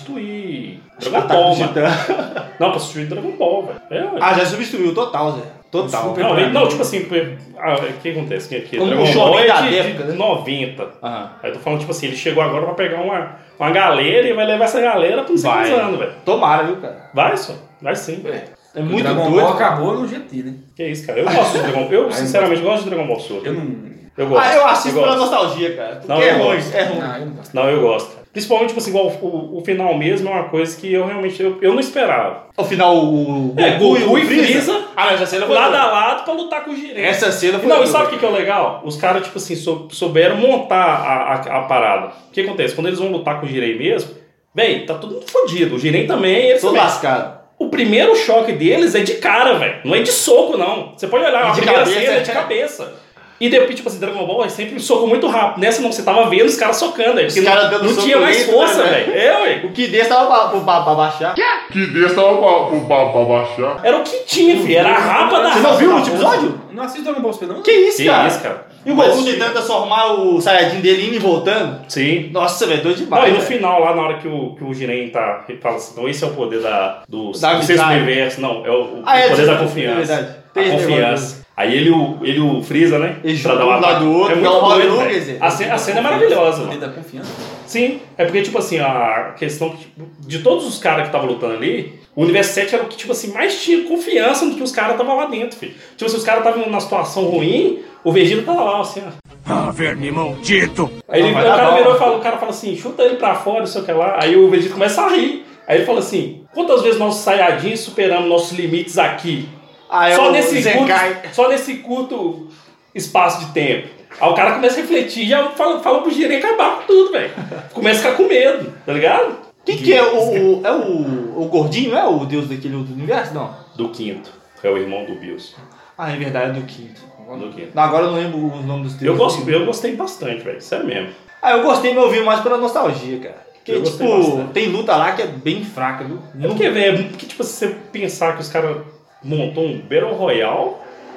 Speaker 4: substituir
Speaker 1: é um
Speaker 2: tá
Speaker 4: Dragon Ball, mano. Não, pra substituir Dragon Ball, velho. É,
Speaker 2: (laughs)
Speaker 4: ué.
Speaker 2: Ah, já substituiu total, Zé. Total.
Speaker 1: Super.
Speaker 4: Não,
Speaker 1: pra
Speaker 4: ele-
Speaker 1: mim.
Speaker 4: não, tipo assim, porque- ah, o que acontece? Que, que
Speaker 2: Um
Speaker 4: Dragon
Speaker 2: shonen
Speaker 4: Ball é
Speaker 2: da
Speaker 4: de,
Speaker 2: época,
Speaker 4: de
Speaker 2: né?
Speaker 4: 90.
Speaker 2: Aham.
Speaker 4: Aí eu tô falando, tipo assim, ele chegou agora pra pegar uma, uma galera e vai levar essa galera pra uns
Speaker 2: Vai.
Speaker 4: anos, velho.
Speaker 2: Tomara, viu, cara.
Speaker 4: Vai, só. Vai sim, velho.
Speaker 2: É
Speaker 1: o
Speaker 2: muito
Speaker 1: Dragon
Speaker 2: doido.
Speaker 1: Ball acabou no GT, né?
Speaker 4: Que isso, cara. Eu gosto de Dragon Ball.
Speaker 2: (laughs)
Speaker 4: Eu, sinceramente, gosto de Dragon Ball Super.
Speaker 1: Eu não.
Speaker 4: Eu gosto.
Speaker 2: Ah, eu assisto pela
Speaker 4: gosto.
Speaker 2: nostalgia, cara. Porque
Speaker 4: Não,
Speaker 2: é
Speaker 4: eu
Speaker 2: ruim,
Speaker 4: gosto.
Speaker 2: é ruim.
Speaker 1: Não, eu não gosto.
Speaker 4: Não, eu gosto. cara. Principalmente, tipo assim, igual o, o- o final mesmo é uma coisa que eu realmente eu, eu não esperava.
Speaker 2: O final, o... o
Speaker 4: É, Goku e Freeza.
Speaker 2: Ah, mas essa cena foi...
Speaker 4: Lado
Speaker 2: doida.
Speaker 4: a lado pra lutar com o Jiren.
Speaker 2: Essa cena foi...
Speaker 4: Não, e
Speaker 2: doida.
Speaker 4: sabe o que, que é o legal? Os caras, tipo assim, sou- souberam montar a, a- a parada. O que acontece? Quando eles vão lutar com o Jirei mesmo, véi, tá todo mundo fodido. O Jirei também, eles
Speaker 2: Tô
Speaker 4: também.
Speaker 2: lascado.
Speaker 4: O primeiro choque deles é de cara, velho. Não é de soco, não. Você pode olhar,
Speaker 2: E
Speaker 4: a
Speaker 2: de
Speaker 4: primeira
Speaker 2: cabeça,
Speaker 4: cena é de
Speaker 2: é.
Speaker 4: cabeça. E depois, tipo assim, Dragon Ball é sempre um soco muito rápido. Nessa não, você tava vendo os caras socando, velho. Porque
Speaker 2: caras
Speaker 4: não,
Speaker 2: dando
Speaker 4: não
Speaker 2: soco
Speaker 4: tinha mais
Speaker 2: lento,
Speaker 4: força,
Speaker 2: né,
Speaker 4: velho. É, ué.
Speaker 2: O que desse tava pra, pra, pra baixar.
Speaker 5: Que Deus tava pra, pra, pra baixar.
Speaker 4: Era o que tinha, filho. Era a rapa da
Speaker 2: Você não
Speaker 4: rapa
Speaker 2: viu o
Speaker 4: da
Speaker 2: último
Speaker 4: rapa.
Speaker 2: episódio?
Speaker 1: Não assisto Dragon Ball Super, não?
Speaker 2: Que isso,
Speaker 4: Que
Speaker 2: cara?
Speaker 4: isso, cara.
Speaker 2: E o Goku
Speaker 4: Mas-
Speaker 2: tentando transformar o Saiyajin dele indo e voltando.
Speaker 4: Sim.
Speaker 2: Nossa, velho, é doido
Speaker 4: Não,
Speaker 2: demais.
Speaker 4: e no
Speaker 2: velho.
Speaker 4: final, lá na hora que o, que o Jiren tá, ele fala assim, então esse é o poder da, do
Speaker 2: Da
Speaker 4: do sexto
Speaker 2: amizade.
Speaker 4: universo, não, é o, o
Speaker 2: Ah, é,
Speaker 4: poder da
Speaker 2: desculpa,
Speaker 4: confiança.
Speaker 2: é verdade. Tem
Speaker 4: a
Speaker 2: esse
Speaker 4: confiança. Aí ele, o- ele o Freeza, né?
Speaker 2: Eles
Speaker 4: Pra
Speaker 2: juntam
Speaker 4: dar
Speaker 2: um
Speaker 4: uma
Speaker 2: do lado do outro,
Speaker 4: É
Speaker 2: dá
Speaker 4: muito
Speaker 2: uma
Speaker 4: doido,
Speaker 2: maluca,
Speaker 4: velho.
Speaker 2: Zé.
Speaker 4: a, cena, a cena é maravilhosa,
Speaker 1: Poder
Speaker 4: mano.
Speaker 1: da confiança.
Speaker 4: Sim, é porque, tipo assim, a questão que, tipo, de todos os caras que estavam lutando ali, o universo 7 era o que, tipo assim, mais tinha confiança no que os caras estavam lá dentro, filho. Tipo, assim, os caras estavam numa situação ruim, o Vegeta tava lá, assim, ó.
Speaker 5: Ah, verme maldito.
Speaker 4: Aí ele-
Speaker 2: Não,
Speaker 4: o
Speaker 2: vai dar
Speaker 4: cara
Speaker 2: bom.
Speaker 4: virou e fala, o cara fala assim, chuta ele pra fora, não sei o que lá. Aí o Vegeta começa a rir. Aí ele fala assim, quantas vezes nós Saiyajins superamos nossos limites aqui?
Speaker 2: Ah, é
Speaker 4: só,
Speaker 2: o
Speaker 4: nesse
Speaker 2: Zenkai.
Speaker 4: curto, só nesse curto espaço de tempo. Aí o cara começa a refletir e já fala, fala pro Jiren acabar com tudo, velho. Começa a ficar com medo, tá ligado?
Speaker 2: Quem que é o, o- É o. O gordinho, não é o deus daquele outro universo? Não.
Speaker 4: Do quinto. É o irmão do Bills.
Speaker 2: Ah, é verdade, é do quinto.
Speaker 4: Do quinto.
Speaker 2: Agora eu não lembro o nome dos
Speaker 4: Eu,
Speaker 2: teus.
Speaker 4: gosto, eu gostei bastante, velho. Sério mesmo.
Speaker 2: Ah, eu gostei, mas eu vi mais pela nostalgia, cara. Porque,
Speaker 4: Eu gostei
Speaker 2: tipo,
Speaker 4: bastante.
Speaker 2: tem luta lá que é bem fraca, viu?
Speaker 4: É porque, velho, é porque, tipo, se você pensar que os caras montou um Battle Royale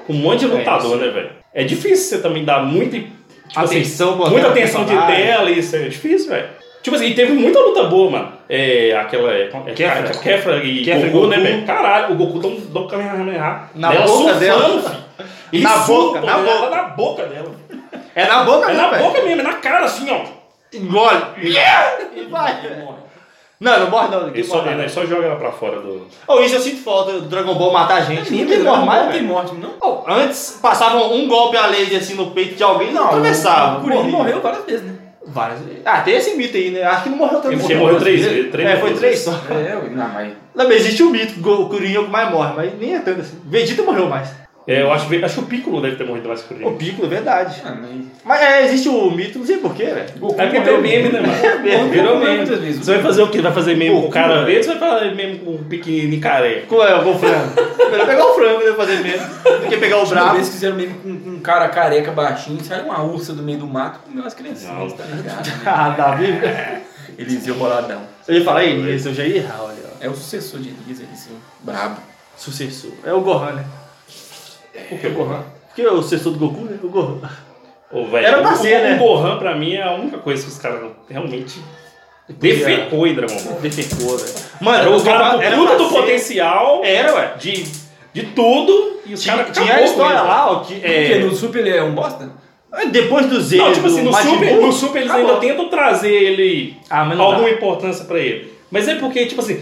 Speaker 4: com um monte de
Speaker 2: É,
Speaker 4: lutador,
Speaker 2: sim.
Speaker 4: né, velho? É difícil você também dar muita, tipo assim,
Speaker 2: atenção, botar
Speaker 4: muita
Speaker 2: no
Speaker 4: atenção de
Speaker 2: personagem.
Speaker 4: tela, isso é difícil, velho. Tipo assim, e teve muita luta boa, mano. É, aquela. É, é,
Speaker 2: Kefra.
Speaker 4: Ke- Kefra e
Speaker 2: Kefra e
Speaker 4: Goku, né,
Speaker 2: Goku.
Speaker 4: velho? Caralho, o Goku dá um, dá um Kamehameha.
Speaker 2: Na
Speaker 4: nela,
Speaker 2: boca
Speaker 4: surfando,
Speaker 2: dela.
Speaker 4: filho. Ele
Speaker 2: Na
Speaker 4: surfa
Speaker 2: boca, na
Speaker 4: nela,
Speaker 2: boca.
Speaker 4: Na boca dela.
Speaker 2: É na boca,
Speaker 4: É
Speaker 2: mesmo,
Speaker 4: na
Speaker 2: velho.
Speaker 4: boca mesmo, é na cara, assim, ó.
Speaker 2: Engole. E vai.
Speaker 4: Ele morre.
Speaker 2: Não, não morre não.
Speaker 4: Ele
Speaker 2: Ninguém
Speaker 4: só,
Speaker 2: morre.
Speaker 4: ele
Speaker 2: não.
Speaker 4: só joga ela pra fora do.
Speaker 2: Oh, isso eu sinto falta do Dragon Ball matar a
Speaker 4: É
Speaker 2: gente. Ninguém morre mais,
Speaker 1: Não tem
Speaker 2: velho.
Speaker 1: morte, não?
Speaker 2: Oh, antes passavam um golpe a laser assim no peito de alguém e não atravessava.
Speaker 1: O Kuririn
Speaker 2: Morria.
Speaker 1: morreu várias vezes, né?
Speaker 2: Várias vezes. Ah, tem esse mito aí, né? Acho que não morreu tanto.
Speaker 4: Ele
Speaker 2: não.
Speaker 4: morreu três vezes.
Speaker 2: É, foi
Speaker 4: vezes.
Speaker 2: três só.
Speaker 1: É, eu... Não, mas...
Speaker 2: Não, mas existe um mito que o Go- o Kuririn é o que mais morre, mas nem é tanto assim. Vegeta morreu mais.
Speaker 4: É, eu acho, acho que o Piccolo deve ter morrido mais que o
Speaker 2: O
Speaker 4: Kuririn.
Speaker 2: Piccolo, é verdade.
Speaker 1: Ah, mas...
Speaker 2: Mas é, existe o mito, não sei porquê, velho.
Speaker 1: Goku
Speaker 4: É porque
Speaker 1: morreu
Speaker 4: virou meme, né,
Speaker 2: (laughs)
Speaker 4: mano?
Speaker 2: mesmo.
Speaker 4: Virou
Speaker 1: Morreu
Speaker 4: meme.
Speaker 1: muitas vezes.
Speaker 4: Você vai fazer o quê? Vai fazer meme com o
Speaker 2: É Goku,
Speaker 4: cara
Speaker 2: velho.
Speaker 4: verde ou vai fazer meme com um o pequenininho careca?
Speaker 2: Qual é? O frango. Melhor pegar o frango, né? Fazer mesmo. Do que pegar o
Speaker 1: Uma
Speaker 2: brabo.
Speaker 1: vez fizeram meme com, com um cara careca baixinho, saiu uma ursa do meio do mato e comeu as criancinhas,
Speaker 4: Não.
Speaker 1: tá ligado? né?
Speaker 2: (laughs) Ah, Davi.
Speaker 1: Eliseu Boladão.
Speaker 2: Eu ia falar isso, eu já ia errar, olha. ó.
Speaker 1: É o sucessor de Elisa, Eliseu. Brabo.
Speaker 2: Sucessor. É o Gohan, né?
Speaker 4: Por que o Gohan?
Speaker 2: Porque o sucessor do Goku, né? O Gohan.
Speaker 4: Ô, velho,
Speaker 2: Era pra
Speaker 4: o-
Speaker 2: ser,
Speaker 4: o,
Speaker 2: né?
Speaker 4: O Gohan, pra mim, é a única coisa que os caras realmente defecou em Dragon Ball.
Speaker 2: Defecou, velho. Mano,
Speaker 4: Era o
Speaker 2: Gohan
Speaker 4: cara com
Speaker 2: era
Speaker 4: puta
Speaker 2: pra
Speaker 4: do
Speaker 2: ser-
Speaker 4: potencial,
Speaker 2: Era, ué.
Speaker 4: de, de tudo, e os
Speaker 2: Tinha,
Speaker 4: caras
Speaker 2: tinha a história lá, ó, que
Speaker 1: Porque
Speaker 2: é...
Speaker 1: no Super ele é um bosta?
Speaker 2: Depois do Z,
Speaker 4: Não, tipo assim,
Speaker 2: do
Speaker 4: no
Speaker 2: Majin
Speaker 4: Super,
Speaker 2: Buu,
Speaker 4: no Super eles
Speaker 2: acabou.
Speaker 4: ainda tentam trazer ele
Speaker 2: Ah, mas não
Speaker 4: alguma
Speaker 2: dá.
Speaker 4: importância pra ele. Mas é porque, tipo assim,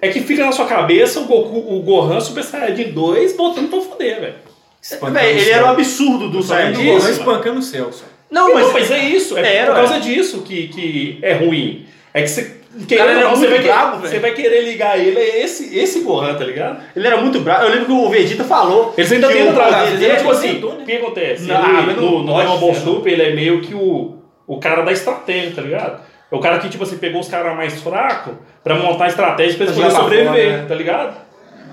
Speaker 4: é que fica na sua cabeça o Goku, o Gohan Super Saiyajin 2 botando pra fuder, velho.
Speaker 1: Espancando
Speaker 2: Véi,
Speaker 1: o
Speaker 2: ele
Speaker 1: céu.
Speaker 2: era um absurdo do
Speaker 1: Saiu do
Speaker 2: Saiyajin.
Speaker 1: Gohan
Speaker 4: mano.
Speaker 1: espancando o Celso.
Speaker 2: Não,
Speaker 4: Então,
Speaker 2: Ah, mas...
Speaker 4: mas é isso, é
Speaker 2: Era,
Speaker 4: por causa
Speaker 2: ué.
Speaker 4: disso que, que é ruim. É que você.
Speaker 2: Cara,
Speaker 4: Querendo,
Speaker 2: ele
Speaker 4: ou
Speaker 2: era
Speaker 4: não, você,
Speaker 2: muito
Speaker 4: vai
Speaker 2: brabo,
Speaker 4: querer,
Speaker 2: velho.
Speaker 4: você vai querer ligar ele, é esse, esse Gohan, tá ligado?
Speaker 2: Ele era muito bravo. Eu lembro que o Vegeta falou.
Speaker 4: Eles ainda
Speaker 2: que
Speaker 4: tentam
Speaker 2: o
Speaker 4: trazer,
Speaker 2: poder
Speaker 4: eles ainda,
Speaker 2: dele-
Speaker 4: tipo
Speaker 2: é
Speaker 4: assim, o que acontece?
Speaker 2: né? Não,
Speaker 4: Ele-
Speaker 2: mas não
Speaker 4: no no
Speaker 2: pode
Speaker 4: Dragon Ball
Speaker 2: ser,
Speaker 4: Super, ele é meio que o, o cara da estratégia, tá ligado? É o cara que, tipo assim, pegou os caras mais fracos pra montar a estratégia pra eles
Speaker 2: Pra
Speaker 4: poderem
Speaker 2: jogar pra
Speaker 4: sobreviver,
Speaker 2: fora, né?
Speaker 4: tá ligado?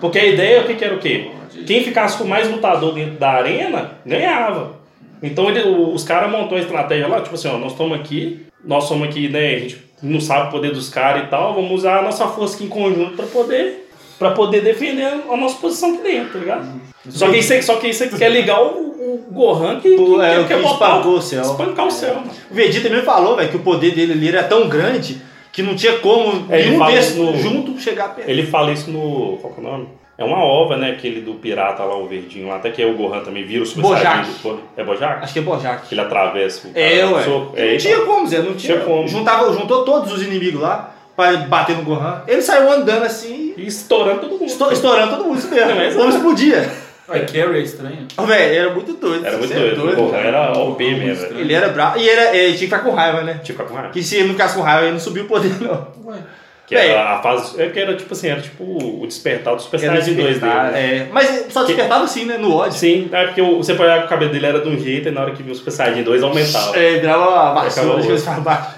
Speaker 4: Porque a ideia, o que que era o quê? Quem ficasse com mais lutador dentro da arena, ganhava. Então ele- o- os caras montou a estratégia lá, tipo assim, ó, nós estamos aqui, nós somos aqui, né, a gente não sabe o poder dos caras e tal, vamos usar a nossa força aqui em conjunto pra poder para poder defender a nossa posição aqui dentro, tá
Speaker 2: Uhum.
Speaker 4: ligado? Só que você, só que você quer ligar o, o Gohan que,
Speaker 2: Pô, é,
Speaker 4: que
Speaker 2: o que espancou o céu. É.
Speaker 4: Espancar o céu.
Speaker 2: O Vegeta mesmo falou, velho, que o poder dele ali era tão grande que não tinha como
Speaker 4: É, ele
Speaker 2: nenhum
Speaker 4: fala
Speaker 2: desses
Speaker 4: no-
Speaker 2: junto chegar perto.
Speaker 4: Ele fala isso no. Qual que é o nome? É uma ova, né? Aquele do pirata lá, o verdinho lá. Até que é o Gohan também vira o Super
Speaker 2: Bojack.
Speaker 4: Saiyajin do corpo. É Bojack?
Speaker 2: Acho que é Bojack.
Speaker 4: Que ele atravessa o
Speaker 2: É,
Speaker 4: cara,
Speaker 2: ué.
Speaker 4: soco. Ah, É,
Speaker 2: não
Speaker 4: ele
Speaker 2: tinha como, Zé, não tinha
Speaker 4: Tinha como.
Speaker 2: Juntava, juntou todos os inimigos lá pra bater no Gohan. Ele saiu andando assim,
Speaker 4: E estourando todo mundo.
Speaker 2: esto- estourando todo mundo, isso mesmo.
Speaker 4: Não, mas- é.
Speaker 2: O homem explodia.
Speaker 1: Ué, Carrie é estranho.
Speaker 2: Ô, Velho, era muito doido.
Speaker 4: Era
Speaker 2: isso
Speaker 4: muito
Speaker 2: é
Speaker 4: doido. O né? Gohan
Speaker 2: cara.
Speaker 4: era OP mesmo. velho.
Speaker 2: Ele era bravo. E era, é, tinha que ficar com raiva, né?
Speaker 4: Tinha que ficar com raiva.
Speaker 2: Que se ele não ficasse com raiva, ele não subia o poder, não.
Speaker 1: Ué.
Speaker 4: é? Que era a fase. É que era tipo assim, era tipo o despertar do Super
Speaker 2: Era
Speaker 4: Saiyajin 2 dele.
Speaker 2: despertar,
Speaker 4: né?
Speaker 2: é. Mas só despertava assim, né? No ódio.
Speaker 4: Sim, é porque o- você pode olhar que o cabelo dele era de um jeito e na hora que viu o Super Saiyajin 2 aumentava.
Speaker 2: É, virava a vassoura,
Speaker 4: Acabou.
Speaker 2: as coisas pra
Speaker 4: (laughs)
Speaker 2: baixo.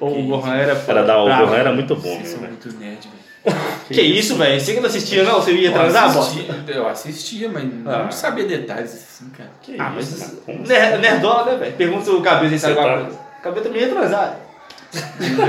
Speaker 2: O Gohan era.
Speaker 4: Era da
Speaker 2: bravo.
Speaker 4: Ogo, era muito bom.
Speaker 1: Vocês são
Speaker 4: né?
Speaker 1: muito nerd, velho.
Speaker 2: Que isso, velho? Você que não assistia, não? Você ia transar,
Speaker 1: eu,
Speaker 2: bosta?
Speaker 1: assistia, eu assistia, mas
Speaker 4: Ah.
Speaker 1: não sabia detalhes assim, cara.
Speaker 4: Que
Speaker 2: Ah, mas
Speaker 4: isso,
Speaker 2: isso-
Speaker 4: cara, como- assim?
Speaker 2: Ner- Nerdola, né, velho? Pergunta se o cabelo aí sabe
Speaker 4: Você
Speaker 2: alguma
Speaker 4: tá-
Speaker 2: coisa. O cabelo também ia transar.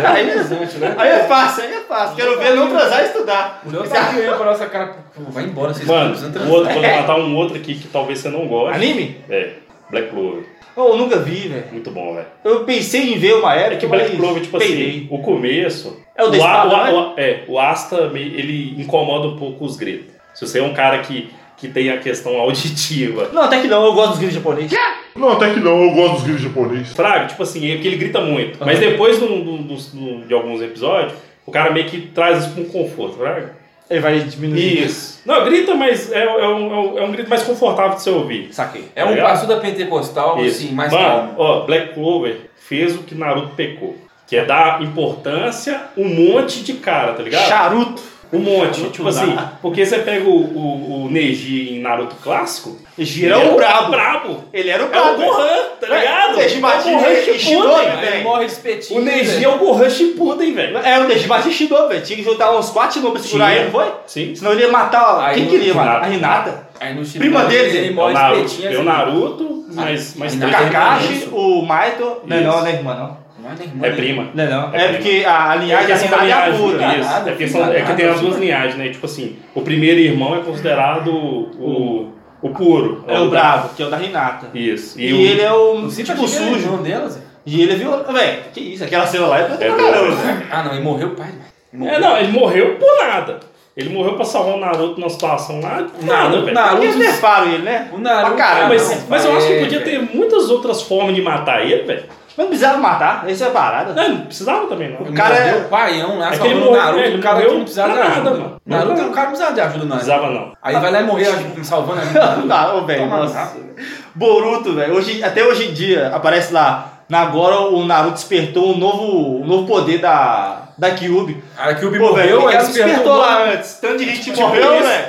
Speaker 2: aí,
Speaker 1: né?
Speaker 2: aí é fácil, aí é fácil. Quero ver ele não transar e estudar.
Speaker 1: O Léo tá olhando pra nossa cara, pô, vai embora, vocês
Speaker 4: Mano,
Speaker 1: estão
Speaker 4: o outro, vou levantar um outro aqui que talvez você não goste.
Speaker 2: Anime?
Speaker 4: É, Black Clover.
Speaker 2: Oh, eu nunca vi, velho.
Speaker 4: Muito bom, velho.
Speaker 2: Eu pensei em ver uma
Speaker 4: É
Speaker 2: época,
Speaker 4: que
Speaker 2: mas
Speaker 4: Black Clover, tipo
Speaker 2: peidei.
Speaker 4: assim, o começo.
Speaker 2: É o da
Speaker 4: o, A-
Speaker 2: espada,
Speaker 4: o A-
Speaker 2: né?
Speaker 4: o A- É, o Asta, me- ele incomoda um pouco os gritos. Se você é um cara que, que tem a questão auditiva.
Speaker 2: Não, até que não. Eu gosto dos gritos japoneses.
Speaker 5: Não, até que não, eu gosto dos gritos japoneses.
Speaker 4: Fraga, tipo assim, é porque ele grita muito. Mas depois do- do- do- do- de alguns episódios, o cara meio que traz isso pra um conforto, fraga.
Speaker 2: Ele vai diminuir.
Speaker 4: Isso. Não, grita, mas é, é um, é um- é um grito mais confortável de você ouvir.
Speaker 2: Saquei.
Speaker 1: É um
Speaker 4: Legal?
Speaker 1: passo da Pentecostal,
Speaker 4: tá Isso.
Speaker 1: assim, mais
Speaker 4: Mano,
Speaker 1: calmo.
Speaker 4: ó, Black Clover fez o que Naruto pecou. Que é dar importância um monte de cara, tá ligado?
Speaker 2: Charuto.
Speaker 4: Um monte.
Speaker 2: Não
Speaker 4: tipo assim,
Speaker 2: dá.
Speaker 4: porque você pega o, o, o Neji em Naruto clássico,
Speaker 2: Gira o é brabo.
Speaker 4: é brabo.
Speaker 2: Ele era o
Speaker 4: É o
Speaker 2: brabo.
Speaker 4: Gohan, tá
Speaker 2: Ué,
Speaker 4: ligado?
Speaker 2: o Neji Machida
Speaker 4: É o Gohan
Speaker 2: é
Speaker 4: Shippuden,
Speaker 2: Shinobi,
Speaker 4: velho.
Speaker 2: velho.
Speaker 1: Ele morre espetinho.
Speaker 4: O Neji é o Gohan Shippuden, velho.
Speaker 2: É, o Neji batia Shinobi, velho. Tinha que juntar uns quatro nomes pra segurar
Speaker 4: Tinha.
Speaker 2: ele, não foi?
Speaker 4: Sim.
Speaker 2: Senão ele ia matar.
Speaker 1: Aí
Speaker 2: Quem
Speaker 1: o
Speaker 2: queria
Speaker 4: Hinata.
Speaker 2: matar? A Renata?
Speaker 1: Aí no Shinobi,
Speaker 2: Prima deles,
Speaker 1: ele
Speaker 2: hein?
Speaker 4: É o
Speaker 1: morre
Speaker 4: Naruto,
Speaker 1: espetinho.
Speaker 4: é o
Speaker 1: assim.
Speaker 4: Naruto, mas, mas
Speaker 1: Hinata.
Speaker 4: tem-
Speaker 2: Ah, Kakashi,
Speaker 1: Isso.
Speaker 2: o Maito. Não é
Speaker 4: Isso.
Speaker 2: não, né, irmã? Não.
Speaker 1: Não é nem irmã,
Speaker 4: é
Speaker 1: né?
Speaker 4: prima.
Speaker 2: Não é não.
Speaker 4: É
Speaker 2: É porque a a linhagem da
Speaker 4: questão da
Speaker 2: Renata é a
Speaker 4: linhagem,
Speaker 2: pura.
Speaker 4: isso.
Speaker 1: Nada,
Speaker 4: É, porque são- é que tem
Speaker 1: nada,
Speaker 4: as duas
Speaker 1: nada.
Speaker 4: linhagens, né? Tipo assim, o primeiro irmão é considerado o, o puro.
Speaker 2: É o brabo, que é o da Renata.
Speaker 4: Isso.
Speaker 2: E, ele é o
Speaker 1: Inclusive,
Speaker 2: tipo
Speaker 1: achei que era
Speaker 2: sujo.
Speaker 1: irmão delas. é.
Speaker 2: E ele é violento. Véi, que isso? Aquela cena lá é pra
Speaker 4: É
Speaker 2: caramba.
Speaker 1: Ah, não, e morreu o pai. né? Morreu.
Speaker 4: É, não, ele morreu por nada. Ele morreu pra salvar o Naruto numa situação lá, por nada, velho. é
Speaker 1: Naruto-
Speaker 2: Eles nerfaram ele, né?
Speaker 1: O Naruto.
Speaker 2: Pra caralho,
Speaker 1: Ah,
Speaker 4: Mas,
Speaker 1: não,
Speaker 4: mas eu acho que
Speaker 1: é,
Speaker 4: podia
Speaker 1: velho.
Speaker 4: ter muitas outras formas de matar ele, velho.
Speaker 2: Mas não precisava matar, essa é a parada.
Speaker 4: Não, não precisava também, não.
Speaker 1: O
Speaker 2: cara
Speaker 1: cara
Speaker 2: é-
Speaker 1: é. O paião lá,
Speaker 4: É que
Speaker 1: salvando
Speaker 4: ele
Speaker 1: o
Speaker 4: morreu,
Speaker 1: Naruto.
Speaker 4: né? Ele
Speaker 1: o cara que
Speaker 4: morreu
Speaker 1: não precisava de
Speaker 4: pra
Speaker 1: ajuda.
Speaker 4: nada, mano.
Speaker 1: Naruto
Speaker 4: Não
Speaker 1: é um cara que não precisava de ajuda, não.
Speaker 4: Precisava, não.
Speaker 1: Aí vai lá e morrer acho, salvando a
Speaker 4: (laughs)
Speaker 2: Não,
Speaker 1: vida.
Speaker 2: não,
Speaker 4: É,
Speaker 2: velho,
Speaker 1: Toma, tá,
Speaker 2: nossa.
Speaker 1: rápido.
Speaker 2: Boruto, velho, hoje, até hoje em dia aparece lá. na- Agora o Naruto despertou um novo, um novo poder da, da Kyuubi.
Speaker 1: Aí que o Bi
Speaker 2: Pô, velho,
Speaker 1: morreu,
Speaker 2: ela
Speaker 1: ele
Speaker 2: despertou,
Speaker 1: despertou.
Speaker 2: lá antes. Tanto de gente
Speaker 4: Tipo
Speaker 2: morreu,
Speaker 4: isso.
Speaker 2: velho.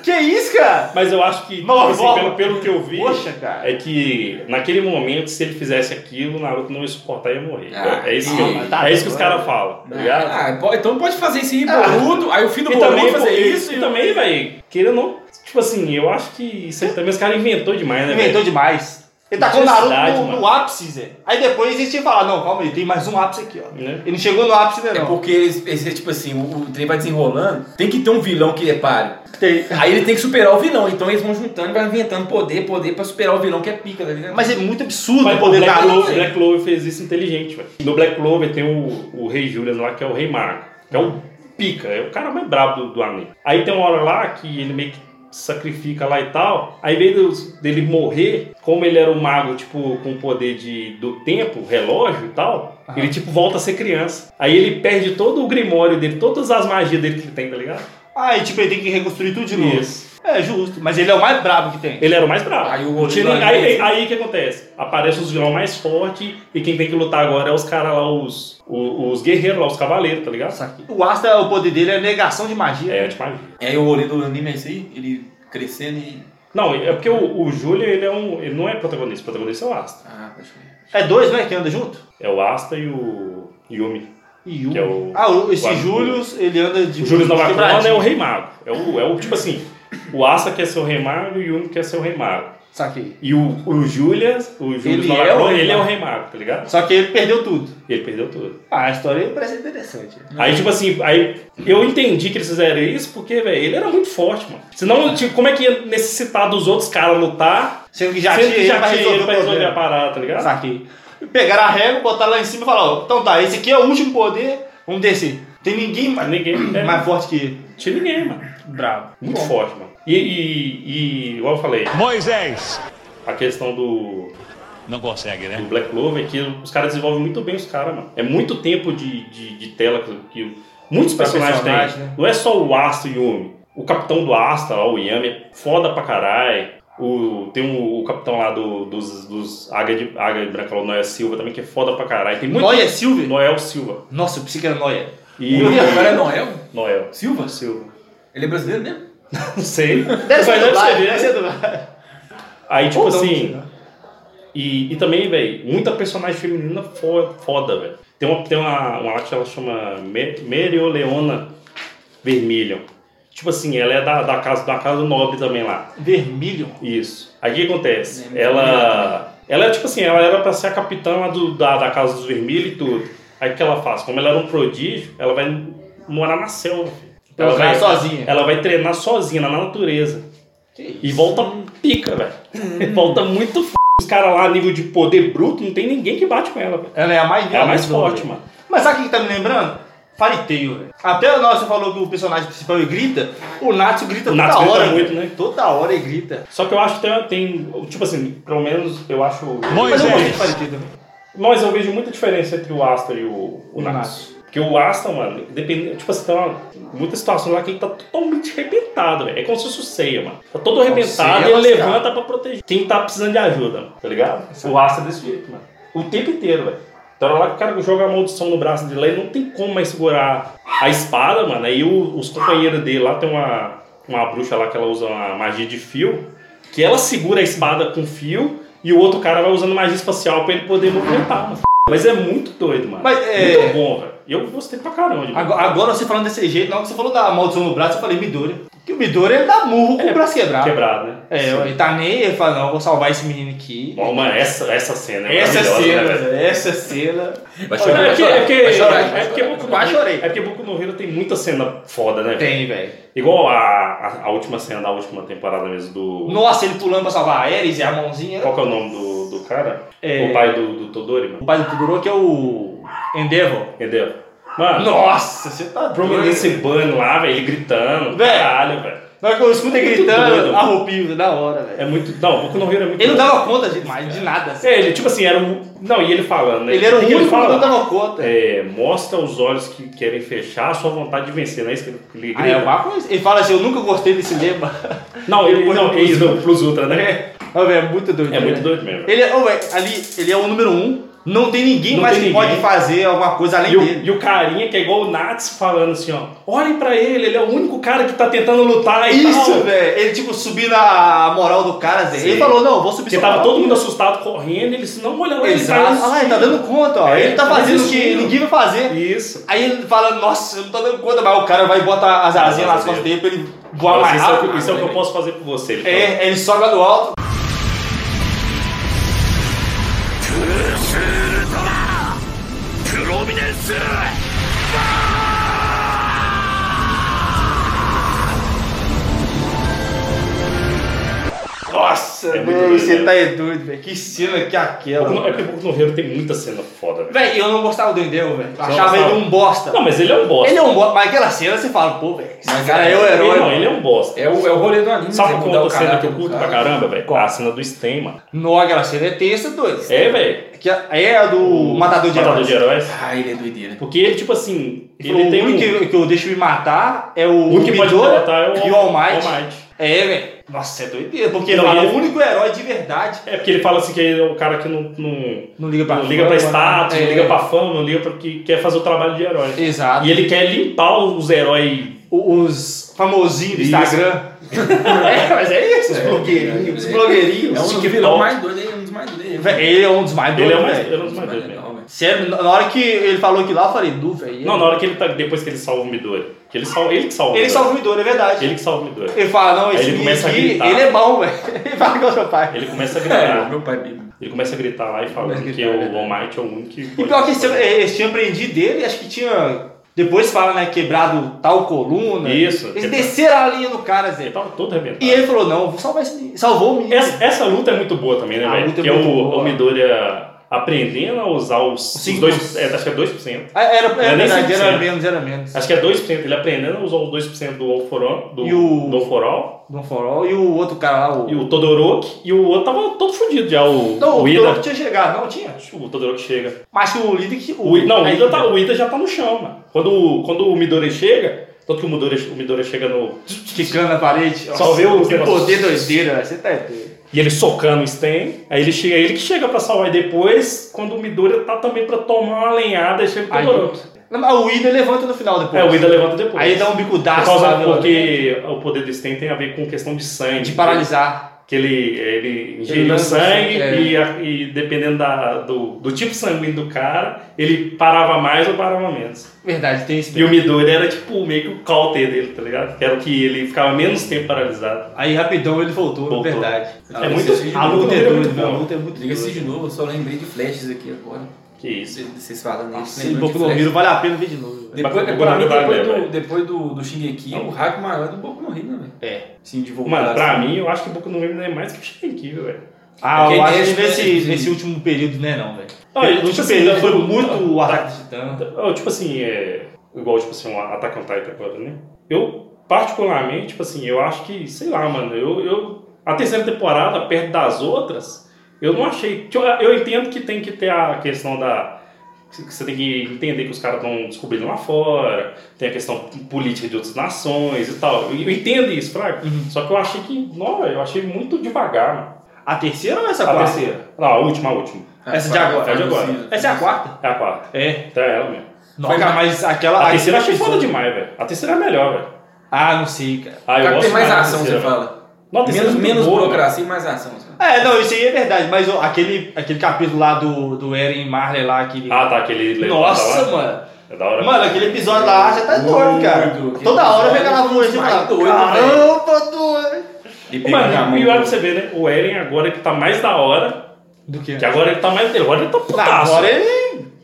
Speaker 2: Que isso, cara?
Speaker 4: Mas eu acho que, tipo
Speaker 2: Não,
Speaker 4: assim,
Speaker 2: não.
Speaker 4: pelo, pelo que eu vi,
Speaker 2: Poxa, cara.
Speaker 4: é que naquele momento, se ele fizesse aquilo, o Naruto não ia suportar e ia morrer.
Speaker 1: Ah,
Speaker 4: é, isso
Speaker 1: ah,
Speaker 4: que, eu-
Speaker 2: mas tá
Speaker 4: é isso que os
Speaker 2: bom, né?
Speaker 4: caras falam, tá ligado?
Speaker 1: Ah, po- então pode fazer isso aí,
Speaker 2: Ah.
Speaker 1: Boruto. Aí o filho do
Speaker 4: É. E
Speaker 1: Boruto
Speaker 4: também,
Speaker 1: fazer
Speaker 4: pô,
Speaker 1: isso.
Speaker 4: e também, velho, querendo ou não. Tipo assim, eu acho que isso aí também os caras inventou demais, né, velho?
Speaker 2: Inventou demais. Ele tacou o Naruto
Speaker 4: Necessidade,
Speaker 2: no, no
Speaker 4: mano.
Speaker 2: ápice, Zé. Aí depois eles tinham que falar, não, calma aí, tem mais um ápice aqui, ó.
Speaker 4: Né?
Speaker 2: Ele não chegou no ápice, né,
Speaker 1: É
Speaker 2: não.
Speaker 1: porque, eles- eles, tipo assim, o, o trem vai desenrolando, tem que ter um vilão que repare.
Speaker 2: Tem-
Speaker 1: Aí ele tem que superar o vilão, então eles vão juntando e vai inventando poder, poder pra superar o vilão que é pica, tá ligado?
Speaker 2: Mas é muito absurdo
Speaker 4: Mas
Speaker 2: o
Speaker 4: pô,
Speaker 2: poder tá do
Speaker 4: Black,
Speaker 2: Naruto.
Speaker 4: Clover, Black Clover fez isso inteligente, velho. No Black Clover tem o, o Rei Julian lá, que é o Rei Mago. Que é o pica, é o cara mais brabo do, do anime. Aí tem uma hora lá que ele meio que sacrifica lá e tal. Aí veio dele morrer, como ele era um mago, tipo, com o poder de, do tempo, relógio e tal,
Speaker 2: Aham.
Speaker 4: ele, tipo, volta a ser criança. Aí ele perde todo o grimório dele, todas as magias dele que ele tem, tá ligado?
Speaker 2: Ah, e tipo, ele tem que reconstruir tudo de novo.
Speaker 4: Isso.
Speaker 2: É justo, mas ele é o mais brabo que tem.
Speaker 4: Ele era o mais brabo.
Speaker 1: Aí o
Speaker 4: Não tinha nem-
Speaker 1: Rodrigo-
Speaker 4: aí, aí, aí o que acontece? Aparece os vilões mais fortes e quem tem que lutar agora é os caras lá, os, os, os guerreiros lá, os cavaleiros, tá ligado?
Speaker 2: O Asta, o poder dele é negação de magia.
Speaker 4: É, tipo, magia.
Speaker 1: E aí o rolê do anime é esse aí, ele crescendo e.
Speaker 4: Não, é porque o, o Júlio, ele, é um, ele não é protagonista, o protagonista é o Asta.
Speaker 1: Ah, deixa eu ver.
Speaker 2: É dois, né, que anda junto?
Speaker 4: É o Asta e o Yumi.
Speaker 2: E o...
Speaker 4: Que é o-
Speaker 2: Ah, o- esse
Speaker 4: o-
Speaker 2: Júlio, ele anda de...
Speaker 4: O Júlio Novacona
Speaker 2: quebradinho.
Speaker 4: é o rei mago. É o, é o, tipo assim, o Asta quer ser o rei mago e o Yumi quer ser o rei mago.
Speaker 2: Saquei.
Speaker 4: E o, o Julius, o Júlio
Speaker 2: Ele
Speaker 4: Novacona,
Speaker 2: é o rei
Speaker 4: ele é o
Speaker 2: mago.
Speaker 4: rei mago, tá ligado?
Speaker 2: Só que ele perdeu tudo.
Speaker 4: E ele perdeu tudo.
Speaker 2: Ah, a história parece interessante.
Speaker 4: Aí, tipo assim, aí eu entendi que eles fizeram isso porque, velho, ele era muito forte, mano. Senão, tipo, como é que ia necessitar dos outros caras lutar?
Speaker 2: Sendo que já tinha
Speaker 4: sendo que
Speaker 2: ele pra
Speaker 4: tinha
Speaker 2: resolver
Speaker 4: ele pra
Speaker 2: o
Speaker 4: resolver a
Speaker 2: problema.
Speaker 4: parada, tá ligado?
Speaker 2: Saquei. Pegaram a régua, botaram lá em cima e falaram, ó, então tá, esse aqui é o último poder, vamos descer. Tem ninguém mais,
Speaker 4: Ninguém. É,
Speaker 2: mais forte que ele.
Speaker 4: Tinha ninguém, mano.
Speaker 2: Bravo.
Speaker 4: Muito forte, mano. E, e, e, igual eu falei,
Speaker 6: Moisés!
Speaker 4: a questão do,
Speaker 6: Não consegue, né?
Speaker 4: do Black Clover é que os caras desenvolvem muito bem os caras, mano. É muito tempo de, de, de tela que, que muitos
Speaker 2: Pra
Speaker 4: personagens
Speaker 2: personagem,
Speaker 4: têm.
Speaker 2: né?
Speaker 4: Não é só o Asta e o Yumi. O capitão do Asta, lá, o Yami, é foda pra caralho. O, tem um, o, o capitão lá do, dos, dos Águia de Águia de Branca, lá, o Noé Silva também, que é foda pra caralho. Tem muito.
Speaker 2: Noia Silver?
Speaker 4: Noel Silva.
Speaker 2: Nossa, eu pensei que era Noia.
Speaker 4: (laughs) E
Speaker 1: O cara é Noel?
Speaker 4: Noel.
Speaker 1: Silva?
Speaker 4: Silva.
Speaker 1: Ele é brasileiro mesmo?
Speaker 4: Não sei.
Speaker 2: Deve
Speaker 4: Mas
Speaker 2: ser
Speaker 4: deve
Speaker 2: dublagem,
Speaker 4: ser,
Speaker 2: deve
Speaker 4: né?
Speaker 2: ser dublagem.
Speaker 4: Aí, tipo
Speaker 2: Ou não,
Speaker 4: assim.
Speaker 2: não sei, né?
Speaker 4: E, e também, velho, muita personagem feminina fo- foda, velho. Tem uma, tem uma, uma arte que ela chama Me- Merioleona Vermilion. Tipo assim, ela é da, da, casa, da casa nobre também lá.
Speaker 2: Vermilion.
Speaker 4: Isso. Aí o que acontece?
Speaker 1: É,
Speaker 4: ela. Ela é tipo assim, ela era pra ser a capitã lá do, da, da casa dos vermelhos e tudo. Aí o que ela faz? Como ela era um prodígio, ela vai morar na selva. filho.
Speaker 2: Ela vai
Speaker 4: vai
Speaker 2: sozinha.
Speaker 4: Ela vai treinar sozinha, na natureza.
Speaker 2: Que isso?
Speaker 4: E volta pica,
Speaker 1: Uhum.
Speaker 4: velho. Volta muito f... Os caras lá, nível de poder bruto, não tem ninguém que bate com ela, velho.
Speaker 2: Ela é a mais
Speaker 4: É a mais
Speaker 2: do rolê.
Speaker 4: forte, mano.
Speaker 2: Mas sabe o que tá me lembrando? Fariteio, velho. Até o nosso falou que o personagem principal ele grita, o Natsu grita
Speaker 4: O
Speaker 2: toda
Speaker 4: Natsu grita
Speaker 2: hora.
Speaker 4: muito,
Speaker 2: velho.
Speaker 4: né?
Speaker 2: Toda hora ele grita.
Speaker 4: Só que eu acho que tem, tem, tipo assim, pelo menos eu acho...
Speaker 2: Mas eu gostei de
Speaker 6: Moisés!
Speaker 2: Fariteio também.
Speaker 4: Mas eu vejo muita diferença entre o Asta e o, o
Speaker 2: O
Speaker 4: Natsu. Porque o Asta, mano, depende, tipo assim, tem uma, muita situação lá que ele tá totalmente arrebentado, velho. É como se fosse o Seiya, mano. Tá todo arrebentado
Speaker 2: Seiya
Speaker 4: e
Speaker 2: é
Speaker 4: ele
Speaker 2: lascado.
Speaker 4: levanta pra proteger. Quem tá precisando de ajuda, mano, tá ligado? O Asta é desse jeito, mano. O tempo inteiro, velho. Então era lá que o cara joga a maldição no braço dele lá, ele não tem como mais segurar a espada, mano. Aí o- os companheiros dele lá tem uma, uma bruxa lá que ela usa uma magia de fio, que ela segura a espada com fio e o outro cara vai usando magia espacial pra ele poder movimentar, mano. Mas é muito doido, mano.
Speaker 2: Mas, é-
Speaker 4: Muito bom, velho. Eu gostei pra caramba de
Speaker 2: Agora, agora você falando desse jeito, na hora que você falou da maldição no braço, eu falei Midori. Que o Midori ele dá murro
Speaker 4: É,
Speaker 2: com o braço quebrado.
Speaker 4: quebrado, né?
Speaker 2: É, ele tá nem ele fala, não, eu vou salvar esse menino aqui.
Speaker 4: Bom, mano, essa, essa cena é
Speaker 2: Essa
Speaker 4: maravilhosa,
Speaker 2: cena,
Speaker 4: né, velho?
Speaker 2: velho, essa cena.
Speaker 1: Vai
Speaker 4: É porque, é porque,
Speaker 1: vai chorar, vai
Speaker 4: é porque
Speaker 1: chorar.
Speaker 4: Boku no
Speaker 2: Quase
Speaker 4: Hero-
Speaker 2: chorei.
Speaker 4: É porque Boku no Hero tem muita cena foda, né? velho?
Speaker 2: Tem, velho.
Speaker 4: Igual a, a, a última cena da última temporada mesmo do.
Speaker 2: Nossa, ele pulando pra salvar a Ares e a mãozinha.
Speaker 4: Qual que é o nome do, do cara?
Speaker 2: É.
Speaker 4: O pai do, do Todori, mano.
Speaker 2: O pai do Kuduro que é o Endeavor.
Speaker 4: Entendeu? Mano,
Speaker 2: Nossa, você tá
Speaker 4: o
Speaker 2: doido.
Speaker 4: menino se banho lá, velho, ele gritando.
Speaker 2: Velho.
Speaker 4: Caralho, velho.
Speaker 2: Na hora que eu escuto ele
Speaker 4: Muito doido.
Speaker 2: gritando, arrupio, da hora, velho.
Speaker 4: É muito. Não, Boku no Hero é muito.
Speaker 2: Ele não
Speaker 4: doido.
Speaker 2: dava conta de, mais, de nada. assim.
Speaker 4: É, ele, tipo assim, era um. Não, e ele falando, né?
Speaker 2: Ele era o
Speaker 4: O que
Speaker 2: único que não
Speaker 4: fala?
Speaker 2: dava conta.
Speaker 4: É, mostra os olhos que querem fechar a sua vontade de vencer, não é isso que ele- que ele grita?
Speaker 2: Aí é uma coisa. Ele fala assim, eu nunca gostei desse lema.
Speaker 4: Não, ele
Speaker 2: Depois
Speaker 4: não,
Speaker 2: do
Speaker 4: é isso, do Plus Ultra, né?
Speaker 2: Ô, velho, (laughs) é muito doido.
Speaker 4: É muito
Speaker 2: né?
Speaker 4: doido mesmo.
Speaker 2: Ele é, ô, velho, ali, ele é o número um. Não tem ninguém
Speaker 4: Não
Speaker 2: mais
Speaker 4: tem
Speaker 2: que
Speaker 4: ninguém.
Speaker 2: pode fazer alguma coisa além
Speaker 4: E o,
Speaker 2: dele.
Speaker 4: e o carinha que é igual o Nats falando assim, ó. Olhem pra ele, ele é o único cara que tá tentando lutar e
Speaker 2: (laughs) Isso,
Speaker 4: tal.
Speaker 2: velho. Ele, tipo, subindo a moral do cara, Zé.
Speaker 4: Sim.
Speaker 2: Ele falou, não, eu vou subir
Speaker 4: Porque
Speaker 2: sua
Speaker 4: tava
Speaker 2: moral.
Speaker 4: todo mundo assustado, correndo, ele disse, não, olha lá,
Speaker 2: Exato.
Speaker 4: ele tá...
Speaker 2: Ah, ele tá dando conta, ó.
Speaker 4: É,
Speaker 2: ele tá
Speaker 4: tá
Speaker 2: fazendo o que
Speaker 4: resistindo.
Speaker 2: ninguém vai fazer.
Speaker 4: Isso.
Speaker 2: Aí ele fala, nossa, eu não tô dando conta, mas o cara vai botar as asinhas nas costas dele pra ele voar
Speaker 4: Fala assim,
Speaker 2: mais
Speaker 4: isso é, o
Speaker 2: rápido.
Speaker 4: que- isso é o que eu posso fazer por você. Ele falou.
Speaker 2: É, ele sobe lá do alto. Nossa,
Speaker 4: É muito
Speaker 2: velho,
Speaker 4: doido,
Speaker 2: você
Speaker 4: né?
Speaker 2: tá é doido, velho. Que cena que é aquela.
Speaker 4: Boku no- É porque Boku no Hero tem muita cena foda, velho.
Speaker 2: Véi, eu não gostava do Endel, velho. Eu
Speaker 4: não
Speaker 2: Achava ele
Speaker 4: gostava?
Speaker 2: um bosta.
Speaker 4: Não, mas ele é um bosta.
Speaker 2: Ele é um bosta, mas aquela cena você fala, pô, velho, esse
Speaker 1: Mas
Speaker 2: cara
Speaker 1: é-
Speaker 2: é o herói.
Speaker 4: Não, ele é um bosta.
Speaker 1: É o, é o rolê do anime.
Speaker 4: Sabe
Speaker 1: você
Speaker 4: qual
Speaker 1: mudar o
Speaker 4: outra cena que
Speaker 1: caráter
Speaker 4: eu
Speaker 1: do
Speaker 4: curto
Speaker 1: cara.
Speaker 4: pra caramba, velho? A cena do Stem, mano.
Speaker 2: Não, aquela cena é tensa, doido.
Speaker 4: É, velho.
Speaker 2: Que é, é a do Matador de
Speaker 4: Matador de
Speaker 2: Heróis.
Speaker 4: Heróis.
Speaker 1: Ah, ele é doideira.
Speaker 4: Porque ele, tipo assim,
Speaker 2: Ele falou,
Speaker 4: ele tem
Speaker 2: o
Speaker 4: um...
Speaker 2: único que, que eu deixo me matar é o,
Speaker 4: o único que pode
Speaker 2: Midori
Speaker 4: derrotar é o
Speaker 2: e o All Might.
Speaker 4: All Might.
Speaker 2: É, velho. Nossa, é doideira. Porque
Speaker 4: Não,
Speaker 2: ele é
Speaker 4: ele-
Speaker 2: o único herói de verdade.
Speaker 4: É porque ele fala assim que ele é o cara que não, não,
Speaker 2: Não liga pra
Speaker 4: não liga pra
Speaker 2: fama,
Speaker 4: status,
Speaker 2: é.
Speaker 4: não liga pra fama, não liga pra que quer fazer o trabalho de herói.
Speaker 2: Exato.
Speaker 4: E ele quer limpar os heróis.
Speaker 2: O- Os famosinhos do
Speaker 4: Isso.
Speaker 2: Instagram. é, (laughs) mas é isso. Os blogueirinhos. Os blogueirinhos.
Speaker 1: É um
Speaker 2: os
Speaker 1: dos
Speaker 2: TikTok.
Speaker 1: vilões mais doidos, é um dos mais doidos.
Speaker 2: Véi, Ele é um dos mais
Speaker 4: Ele é
Speaker 2: doidos,
Speaker 4: o mais,
Speaker 2: velho.
Speaker 4: ele é um dos mais doidos mesmo.
Speaker 1: Não, velho.
Speaker 2: Sério, na hora que ele falou aquilo lá, eu falei, du, velho.
Speaker 4: Não, na hora que ele tá. Depois que ele salva o Midori. Que ele, salva, ele que salva
Speaker 2: Ele
Speaker 4: o Midori.
Speaker 2: salva o Midori, é verdade.
Speaker 4: Ele que salva o Midori.
Speaker 2: Ele fala, não,
Speaker 4: Aí
Speaker 2: esse
Speaker 4: ele
Speaker 2: ele
Speaker 4: começa a
Speaker 2: aqui,
Speaker 4: gritar.
Speaker 2: ele é bom, velho. (laughs) Ele fala que é o seu pai.
Speaker 4: Ele começa a
Speaker 1: É, igual
Speaker 4: gritar.
Speaker 1: meu pai mesmo.
Speaker 4: Ele começa a gritar lá e fala
Speaker 1: Começa a
Speaker 4: que
Speaker 1: gritar,
Speaker 4: o
Speaker 1: né?
Speaker 4: All Might é o único que.
Speaker 2: E pior que eles tinham- eles tinham aprendido dele, acho que tinha. Depois fala, né, quebrado tal coluna.
Speaker 4: Isso,
Speaker 2: Eles
Speaker 4: quebrado.
Speaker 2: desceram a linha do cara,
Speaker 4: Ele
Speaker 2: Zé.
Speaker 4: tava todo arrebentado.
Speaker 2: né? E ele falou, não, eu vou salvar esse menino. Salvou o menino.
Speaker 4: Essa, essa luta é muito boa também, né,
Speaker 2: A
Speaker 4: velho?
Speaker 2: luta é
Speaker 4: que é
Speaker 2: muito
Speaker 4: o,
Speaker 2: boa.
Speaker 4: o Midori aprendendo a usar os, os
Speaker 2: Cinco por
Speaker 4: dois.
Speaker 2: cento.
Speaker 4: É, acho que é 2%.
Speaker 2: Ah, Era, era,
Speaker 4: Não é nem
Speaker 2: verdade,
Speaker 4: 100%.
Speaker 2: era menos, era menos.
Speaker 4: Acho que é 2%. Ele aprendendo a usar os 2% do All for All, do,
Speaker 2: E o-
Speaker 4: do All for All,
Speaker 2: Do Forol. E o outro cara lá, o.
Speaker 4: e o Todoroki, e o outro tava todo fudido já, o,
Speaker 2: Não,
Speaker 4: o
Speaker 2: o
Speaker 4: Ida.
Speaker 2: Todoroki tinha chegado, não tinha.
Speaker 4: O Todoroki chega.
Speaker 2: Mas o líder que.
Speaker 4: O, I- não, o Ida, tá- o Ida já tá no chão, mano. Quando, o- quando o Midori chega, tanto que o Midori, o Midori chega no.
Speaker 2: Quicando na parede.
Speaker 4: Salvei o-
Speaker 2: Que poder doideira, velho. você tá doido.
Speaker 4: E ele socando o Stan. Aí ele chega, ele que chega pra salvar. E depois, quando o Midori tá também pra tomar uma lenhada, aí chega o
Speaker 2: Aí-
Speaker 4: Todoroki.
Speaker 2: Não, mas o Ida levanta no final depois.
Speaker 4: É, o Ida levanta depois.
Speaker 2: Aí dá um bicudaço.
Speaker 4: Por causa-
Speaker 2: lá, viu?
Speaker 4: porque o poder do Stan tem a ver com questão de sangue.
Speaker 2: né?
Speaker 4: né?
Speaker 2: De paralisar.
Speaker 4: Que ele, ele
Speaker 2: Ele
Speaker 4: ingeriu
Speaker 2: lança
Speaker 4: sangue
Speaker 2: sangue, é.
Speaker 4: e, a- e dependendo da- do, do tipo sanguíneo do cara, ele parava mais ou parava menos.
Speaker 2: Verdade, tem esse.
Speaker 4: E o Midori era tipo meio que o counter dele, tá ligado? Que era o que ele ficava menos tempo paralisado.
Speaker 2: Aí rapidão ele voltou,
Speaker 4: Voltou.
Speaker 2: verdade.
Speaker 1: Ah,
Speaker 4: é
Speaker 1: esse
Speaker 4: muito.
Speaker 1: vídeo
Speaker 2: A luta é
Speaker 4: muito
Speaker 2: doida,
Speaker 4: boa.
Speaker 2: velho. A luta é muito
Speaker 1: Liga se
Speaker 2: doida.
Speaker 1: de novo, eu só lembrei de flashes aqui agora.
Speaker 4: Que isso.
Speaker 1: Vocês falando isso.
Speaker 2: Esse Boku no Hero vale a pena ver de novo. velho.
Speaker 1: Depois, é, pra
Speaker 4: Mas
Speaker 1: mim,
Speaker 4: Boku no Hero
Speaker 1: depois,
Speaker 4: vai
Speaker 1: do,
Speaker 4: bem,
Speaker 1: depois do, do Shingeki, o hype maior é do Boku no Hero, né, velho?
Speaker 2: É.
Speaker 1: Sim, de voltar.
Speaker 4: Mano, pra
Speaker 1: assim.
Speaker 4: mim, eu acho que Boku no Hero não é mais que o Shingeki, velho.
Speaker 2: Ah,
Speaker 1: Porque
Speaker 2: eu acho
Speaker 1: nesse-
Speaker 2: que nesse,
Speaker 1: nesse-
Speaker 2: nesse último período, né, não, velho.
Speaker 4: Ah, e,
Speaker 2: No
Speaker 4: tipo
Speaker 2: último
Speaker 4: assim,
Speaker 2: período
Speaker 4: da-
Speaker 2: foi
Speaker 4: da-
Speaker 2: muito o
Speaker 4: da-
Speaker 2: ataque titã.
Speaker 4: Eu, tipo assim, é. Igual, tipo assim, um Attack on Titan agora, né? Eu, particularmente, tipo assim, eu acho que, sei lá, mano, eu. eu a terceira temporada, perto das outras, eu não achei. Tipo, Eu entendo que tem que ter a questão da. que Você tem que entender que os caras estão descobrindo lá fora, tem a questão política de outras
Speaker 2: Uhum.
Speaker 4: nações e tal. Eu, eu entendo isso, Fraga. Só que eu achei que. Não, velho, eu achei muito devagar, mano.
Speaker 2: A terceira ou essa
Speaker 4: A
Speaker 2: quarta?
Speaker 4: terceira. Não, a última, a última.
Speaker 2: Essa de agora.
Speaker 4: Essa de agora.
Speaker 2: Essa é a quarta?
Speaker 4: É a quarta.
Speaker 2: É.
Speaker 4: Então é ela mesmo.
Speaker 2: Nossa,
Speaker 1: mais-
Speaker 2: mas aquela.
Speaker 4: A terceira eu achei
Speaker 2: aquele
Speaker 4: foda
Speaker 2: episódio-
Speaker 4: demais, velho. A terceira é a melhor, velho.
Speaker 2: Ah, não sei, cara.
Speaker 4: Ah, eu
Speaker 1: Cara,
Speaker 4: gosto
Speaker 1: tem mais
Speaker 4: da
Speaker 1: ação, você
Speaker 4: terceira.
Speaker 1: fala.
Speaker 4: Não, a terceira
Speaker 1: Menos,
Speaker 4: é muito
Speaker 1: menos
Speaker 4: boa,
Speaker 1: burocracia e mais ação. você fala.
Speaker 2: É, não, isso aí é verdade, mas ó, aquele, aquele capítulo lá do, do Eren Marley lá, aquele.
Speaker 4: velho. Ah, tá, aquele...
Speaker 2: Nossa,
Speaker 4: lá.
Speaker 2: mano.
Speaker 4: É da hora.
Speaker 2: Mano, aquele episódio lá já tá doido, cara.
Speaker 1: Doido, que
Speaker 2: Toda hora
Speaker 1: episódio
Speaker 2: vem aquela luz assim, e
Speaker 1: mais
Speaker 2: fala.
Speaker 1: doido,
Speaker 2: Caramba, doido.
Speaker 1: Ele pega na
Speaker 4: Mano,
Speaker 1: mão
Speaker 4: e olha pra
Speaker 1: do-
Speaker 4: você ver, né? O Eren agora que tá mais da hora,
Speaker 2: Do
Speaker 4: que agora ele tá mais... Agora ele tá putaço.
Speaker 2: Agora ele,